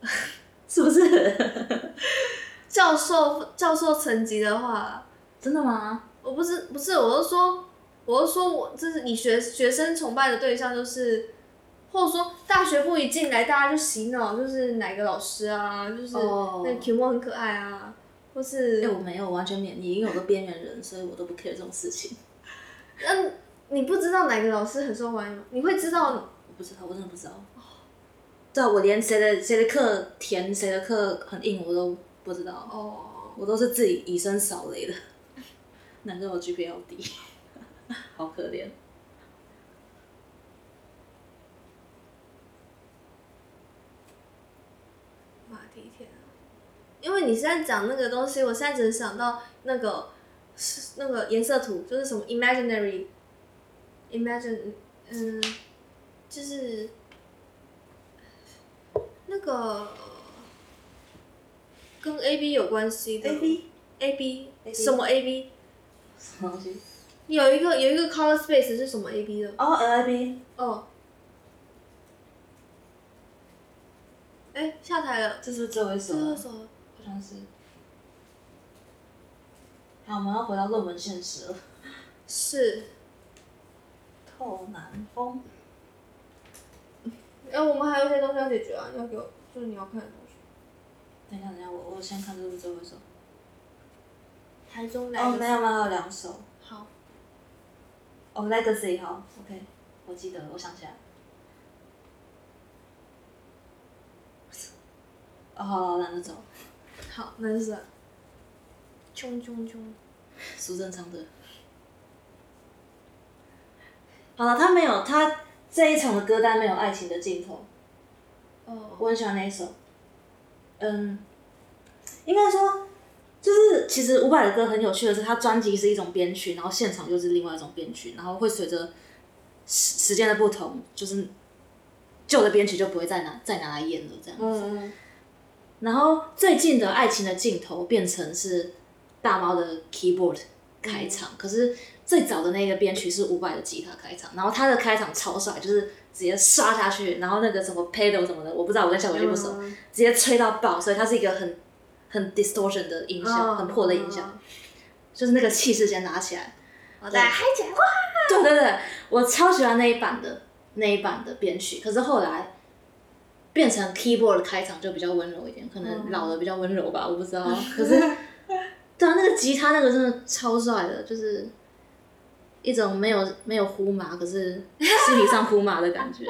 [SPEAKER 1] 是不是？
[SPEAKER 2] 教授教授层级的话，
[SPEAKER 1] 真的吗？
[SPEAKER 2] 我不是不是，我是说，我是说我这是你学学生崇拜的对象，就是或者说大学部一进来，大家就洗脑，就是哪个老师啊，就是
[SPEAKER 1] 哦
[SPEAKER 2] 那个题目很可爱啊，或是
[SPEAKER 1] 哎、我没有我完全免疫，因为我都边缘人，所以我都不 care 这种事情。
[SPEAKER 2] 那你不知道哪个老师很受欢迎吗？你会知道
[SPEAKER 1] 我不知道，我真的不知道。对啊，我连谁的谁的课甜，谁的课很硬，我都不知道。
[SPEAKER 2] 哦，
[SPEAKER 1] 我都是自己以身扫雷的，难怪我 GPA 要低， 好可怜。
[SPEAKER 2] 马蹄天啊！因为你现在讲那个东西，我现在只想到那个是那个颜色图，就是什么 imaginary imagine，嗯，就是那个跟 A B 有关系的 A B
[SPEAKER 1] AB
[SPEAKER 2] 什么 A B
[SPEAKER 1] 什么东西？
[SPEAKER 2] 有一个有一个 color space 是什么 A B 的？
[SPEAKER 1] 哦，LIB
[SPEAKER 2] 哦。哎，下台了，
[SPEAKER 1] 这是不是最后一
[SPEAKER 2] 是
[SPEAKER 1] 首
[SPEAKER 2] 二
[SPEAKER 1] 啊？
[SPEAKER 2] 手了。
[SPEAKER 1] 好像是。好，我们要回到论文现实了。
[SPEAKER 2] 是，
[SPEAKER 1] 透南风，
[SPEAKER 2] 哎，我们还有一些东西要解决啊，要给我，就是你要看的东西。
[SPEAKER 1] 等一下，等一下，我我先看这是不是最后一首。
[SPEAKER 2] 台中来
[SPEAKER 1] 哦，没有没有，还有两首。
[SPEAKER 2] 好，
[SPEAKER 1] 哦，Legacy 好，OK，我记得了，我想起来了。哦，好了，那就走。
[SPEAKER 2] 好，那就是，冲冲冲，
[SPEAKER 1] 苏贞昌的。好了，他没有，他这一场的歌单没有爱情的尽头，
[SPEAKER 2] 哦，
[SPEAKER 1] 我很喜欢那一首。嗯，应该说，就是其实伍佰的歌很有趣的是，他专辑是一种编曲，然后现场又是另外一种编曲，然后会随着时时间的不同，就是旧的编曲就不会再拿再拿来演了这样。
[SPEAKER 2] 嗯嗯，
[SPEAKER 1] 然后最近的《爱情的尽头》变成是大猫的 keyboard 开场，
[SPEAKER 2] 嗯
[SPEAKER 1] 可是最早的那个编曲是伍佰的吉他开场，然后他的开场超帅，就是直接刷下去，然后那个什么 pedal 什么的，我不知道，我跟小鬼就不熟，
[SPEAKER 2] 嗯
[SPEAKER 1] 直接吹到爆，所以它是一个很很 distortion 的音效，
[SPEAKER 2] 嗯
[SPEAKER 1] 很破的音效，，就是那个气势先拉起来。
[SPEAKER 2] 我在嗨起来，哇，
[SPEAKER 1] 对对对，我超喜欢那一版的那一版的编曲，可是后来变成 keyboard 开场就比较温柔一点，可能
[SPEAKER 2] 嗯
[SPEAKER 1] 老的比较温柔吧，我不知道。可是，对啊，那个吉他那个真的超帅的，就是一种没有没有呼麻，可是心理上呼麻的感觉。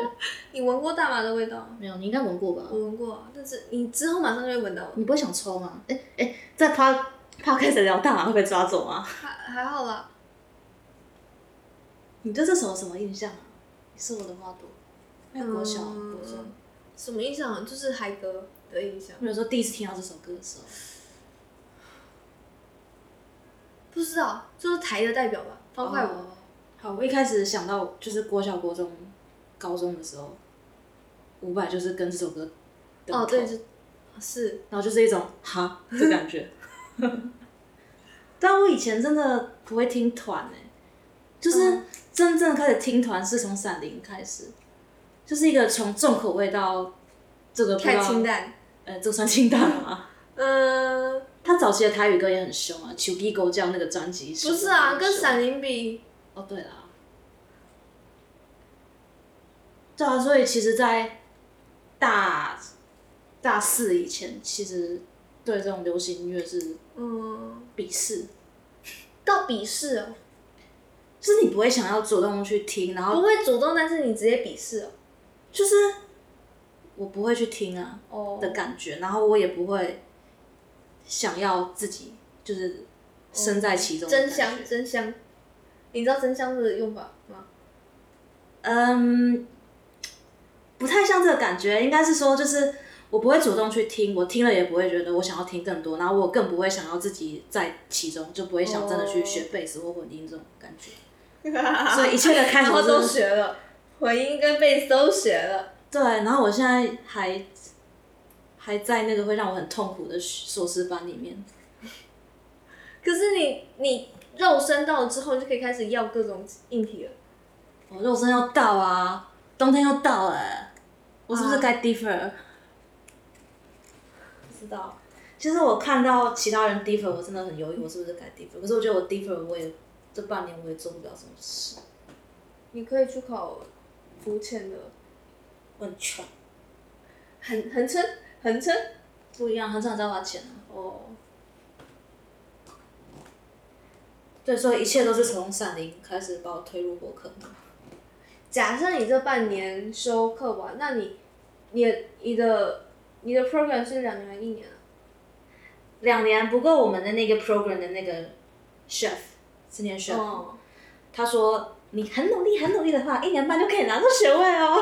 [SPEAKER 2] 你闻过大麻的味道吗？
[SPEAKER 1] 没有，你应该闻过吧？
[SPEAKER 2] 我闻过啊，但是你之后马上就会闻到，
[SPEAKER 1] 你不会想抽吗？哎哎，在 pod podcast 聊大麻会被抓走吗？
[SPEAKER 2] 还还好啦，
[SPEAKER 1] 你对这首什么印象啊？你是我的花朵，还有国小、
[SPEAKER 2] 嗯
[SPEAKER 1] 国中。
[SPEAKER 2] 什么印象？啊就是嗨歌的印象，
[SPEAKER 1] 或者说第一次听到这首歌的时候，
[SPEAKER 2] 不知道，就是台的代表吧，方块舞。
[SPEAKER 1] 哦好，我一开始想到就是国小、国中、高中的时候，伍佰就是跟这首歌等
[SPEAKER 2] 哦，对，
[SPEAKER 1] 同
[SPEAKER 2] 就，是
[SPEAKER 1] 然后就是一种哈的感觉。 但我以前真的不会听团哎、就是
[SPEAKER 2] 嗯
[SPEAKER 1] 真正开始听团是从《闪灵》开始，就是一个从重口味到这个不知
[SPEAKER 2] 太
[SPEAKER 1] 道
[SPEAKER 2] 清，淡。
[SPEAKER 1] 呃，这个算清淡吗？
[SPEAKER 2] 嗯，
[SPEAKER 1] 他早期的台语歌也很凶啊，《求鸡狗叫》那个专辑
[SPEAKER 2] 不是啊，
[SPEAKER 1] 很
[SPEAKER 2] 跟
[SPEAKER 1] 凶
[SPEAKER 2] 闪灵比，
[SPEAKER 1] 哦，对啦，对啊，所以其实，在大大四以前，其实对这种流行音乐是
[SPEAKER 2] 嗯，
[SPEAKER 1] 鄙视，
[SPEAKER 2] 到鄙视哦，
[SPEAKER 1] 就是你不会想要主动去听，然
[SPEAKER 2] 不
[SPEAKER 1] 后
[SPEAKER 2] 会主动，但是你直接鄙视哦。
[SPEAKER 1] 就是我不会去听啊
[SPEAKER 2] 哦
[SPEAKER 1] 的感觉，然后我也不会想要自己就是身在其中的
[SPEAKER 2] 真
[SPEAKER 1] 感觉
[SPEAKER 2] 香，真香。你知道真香的用法吗？
[SPEAKER 1] 嗯，不太像这个感觉，应该是说就是我不会主动去听，我听了也不会觉得我想要听更多，然后我更不会想要自己在其中，就不会想真的
[SPEAKER 2] 哦
[SPEAKER 1] 去学贝斯或混音这种感 觉。所以一切的开
[SPEAKER 2] 然
[SPEAKER 1] 头
[SPEAKER 2] 后
[SPEAKER 1] 都
[SPEAKER 2] 都
[SPEAKER 1] 是
[SPEAKER 2] 学了，混音跟贝斯都学了。
[SPEAKER 1] 对，然后我现在还还在那个会让我很痛苦的硕士班里面。
[SPEAKER 2] 可是你你肉身到了之后，你就可以开始要各种硬体了。
[SPEAKER 1] 我肉身要到啊，冬天要到了、我是不是该 differ？、
[SPEAKER 2] 不知道，
[SPEAKER 1] 其实我看到其他人 differ，我真的很犹豫，我是不是该 differ？可是我觉得我 differ，我也这半年我也做不了什么事，
[SPEAKER 2] 你可以去考浮潜的，
[SPEAKER 1] 我很穷，
[SPEAKER 2] 横横撑，横撑。
[SPEAKER 1] 不一样，很少在花钱啊。
[SPEAKER 2] 哦，
[SPEAKER 1] 对，所以一切都是从《闪灵》开始把我推入火坑的。
[SPEAKER 2] 假设你这半年修课完，那你你的你的你的 program 是两年还是一年啊？
[SPEAKER 1] 两年，不过我们的那个 program 的那个 chef，四年 chef，、
[SPEAKER 2] 哦，
[SPEAKER 1] 他说你很努力，很努力的话，一年半就可以拿到学位哦。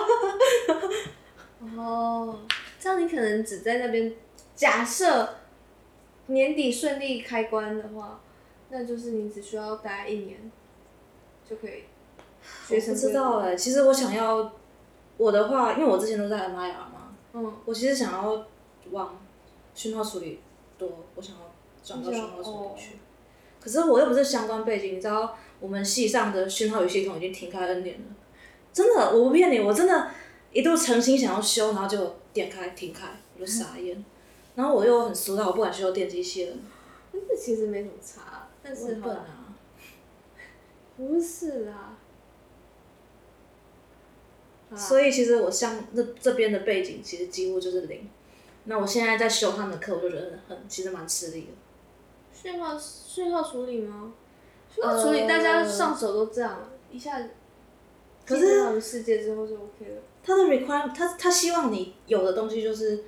[SPEAKER 2] 哦，这样你可能只在那边。假设年底顺利开关的话，那就是你只需要待一年就可以。学
[SPEAKER 1] 我
[SPEAKER 2] 生
[SPEAKER 1] 不知道哎、其实我想要我的话，因为我之前都在 MIR 嘛，
[SPEAKER 2] 嗯，
[SPEAKER 1] 我其实想要往讯号处理多，我想要转到
[SPEAKER 2] 你
[SPEAKER 1] 讯
[SPEAKER 2] 想
[SPEAKER 1] 号处
[SPEAKER 2] 哦
[SPEAKER 1] 理去。可是我又不是相关背景，你知道我们系上的讯号与系统已经停开 N 年了，真的，我不骗你，我真的，一度诚心想要修，然后就点开停开，我
[SPEAKER 2] 嗯
[SPEAKER 1] 就傻眼。然后我又很俗到我不敢修电机系了，
[SPEAKER 2] 这其实没什么差，但
[SPEAKER 1] 我
[SPEAKER 2] 是
[SPEAKER 1] 很
[SPEAKER 2] 好
[SPEAKER 1] 笨
[SPEAKER 2] 啦，
[SPEAKER 1] 啊。
[SPEAKER 2] 不是啦。好啦
[SPEAKER 1] 所以其实我像那这边的背景其实几乎就是零。那我现在在修他们的课，我就觉得很其实蛮吃力的。
[SPEAKER 2] 讯号讯号处理吗？讯号处理
[SPEAKER 1] 呃
[SPEAKER 2] 大家上手都这样，一下子
[SPEAKER 1] 可
[SPEAKER 2] 进入
[SPEAKER 1] 是
[SPEAKER 2] 他们世界之后就 OK 了。
[SPEAKER 1] 他的 require 他他希望你有的东西就是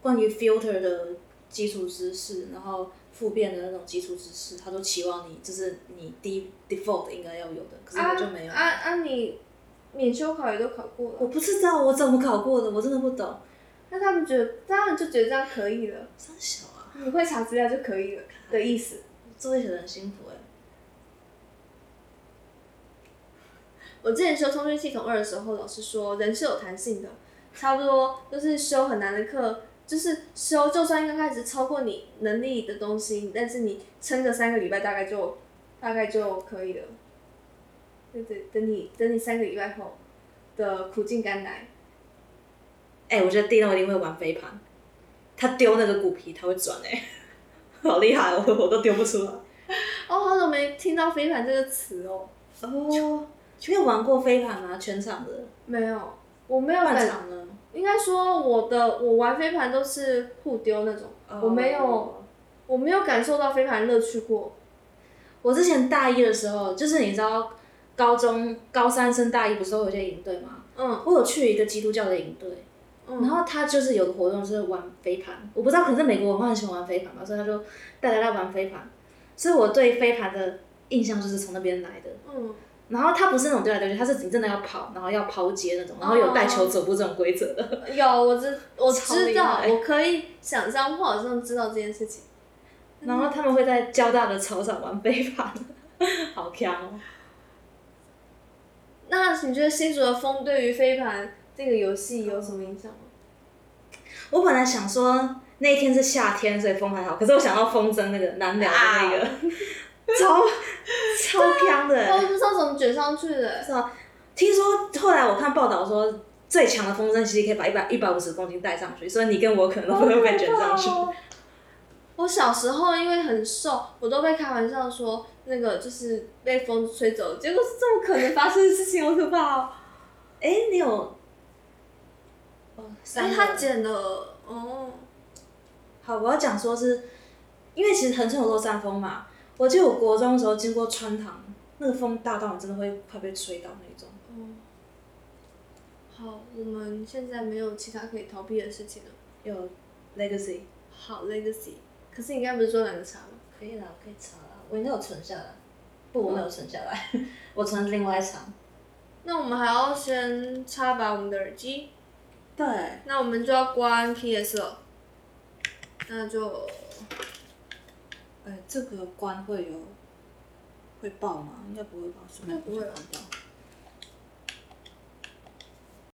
[SPEAKER 1] 关于 filter 的基础知识，然后复变的那种基础知识，他都期望你就是你 de default 应该要有的，可是我就没有。
[SPEAKER 2] 啊啊！啊你免修考也都考过
[SPEAKER 1] 我
[SPEAKER 2] 了，
[SPEAKER 1] 不知道我怎么考过的，我真的不懂。
[SPEAKER 2] 那他们觉得，他们就觉得这样可以了，
[SPEAKER 1] 三小啊，
[SPEAKER 2] 你会查资料就可以了的意思。
[SPEAKER 1] 作业写的很辛苦哎、
[SPEAKER 2] 我之前修通讯系统二的时候，老师说人是有弹性的，差不多就是修很难的课，就是修就算刚开始超过你能力的东西，但是你撑个三个礼拜大概就大概就可以了。对对，等你等你三个礼拜后的苦尽甘来，
[SPEAKER 1] 哎、我觉得 Dino 一定会玩飞盘，他丢那个骨皮他会转哎、 好厉害，我我都丢不出来。
[SPEAKER 2] 哦，好久没听到“飞盘”这个词哦。
[SPEAKER 1] 哦，你有玩过飞盘吗？全场的，
[SPEAKER 2] 没有，我没有哎
[SPEAKER 1] 半
[SPEAKER 2] 感。
[SPEAKER 1] 场呢？
[SPEAKER 2] 应该说我的我玩飞盘都是互丢那种，我没有
[SPEAKER 1] 哦。
[SPEAKER 2] 我没有感受到飞盘乐趣过。
[SPEAKER 1] 我之前大一的时候，就是你知道，高中高三升大一不是都有一些营队吗？
[SPEAKER 2] 嗯
[SPEAKER 1] 我有去一个基督教的营队，然后他就是有个活动就是玩飞盘，我不知道，可能是美国文化很喜欢玩飞盘吧，所以他就带大家玩飞盘，所以我对飞盘的印象就是从那边来的。
[SPEAKER 2] 嗯，
[SPEAKER 1] 然后它不是那种丢来丢去，它是你真的要跑，然后要抛接那种，然后有带球走步这种规则的。
[SPEAKER 2] 有 我知我
[SPEAKER 1] 超
[SPEAKER 2] 知
[SPEAKER 1] 厉
[SPEAKER 2] 道，
[SPEAKER 1] 害
[SPEAKER 2] 我可以想象，我好像知道这件事情。嗯
[SPEAKER 1] 然后他们会在交大的操场玩飞盘， 好强哦！
[SPEAKER 2] 那你觉得新竹的风对于飞盘这个游戏有什么影 响吗？
[SPEAKER 1] 我本来想说那一天是夏天，所以风还好，可是我想到风筝那个南寮的那
[SPEAKER 2] 啊
[SPEAKER 1] 个，超超强的、
[SPEAKER 2] 我不知道怎么卷上去的。
[SPEAKER 1] 是啊，听说后来我看报道说，最强的风筝其实可以把一百一百五十公斤带上去，所以你跟我可能都不会被卷上去。
[SPEAKER 2] 哦 我小时候因为很瘦，我都被开玩笑说那个就是被风吹走，结果是这么可能发生的事情，好可怕哦！
[SPEAKER 1] 哎、你有？哦，
[SPEAKER 2] 所
[SPEAKER 1] 三
[SPEAKER 2] 以
[SPEAKER 1] 个
[SPEAKER 2] 他剪的哦，
[SPEAKER 1] 好，我要讲说是，因为其实恒春有落山风嘛，我记得我国中的时候经过穿堂，那个风大到你真的会快被吹到那种。
[SPEAKER 2] 嗯，好，我们现在没有其他可以逃避的事情了。
[SPEAKER 1] 有 legacy
[SPEAKER 2] 好，legacy，可是你刚才不是说两个茶吗？
[SPEAKER 1] 可以啦，我可以查啦，我应该有存下来，不，我没有存下来， 我存另外一场。
[SPEAKER 2] 那我们还要先插拔我们的耳机，
[SPEAKER 1] 对，
[SPEAKER 2] 那我们就要关 PS 了。那就
[SPEAKER 1] 呃，这个关会有会爆吗？应该不会吧，随
[SPEAKER 2] 便不会吧
[SPEAKER 1] 掉。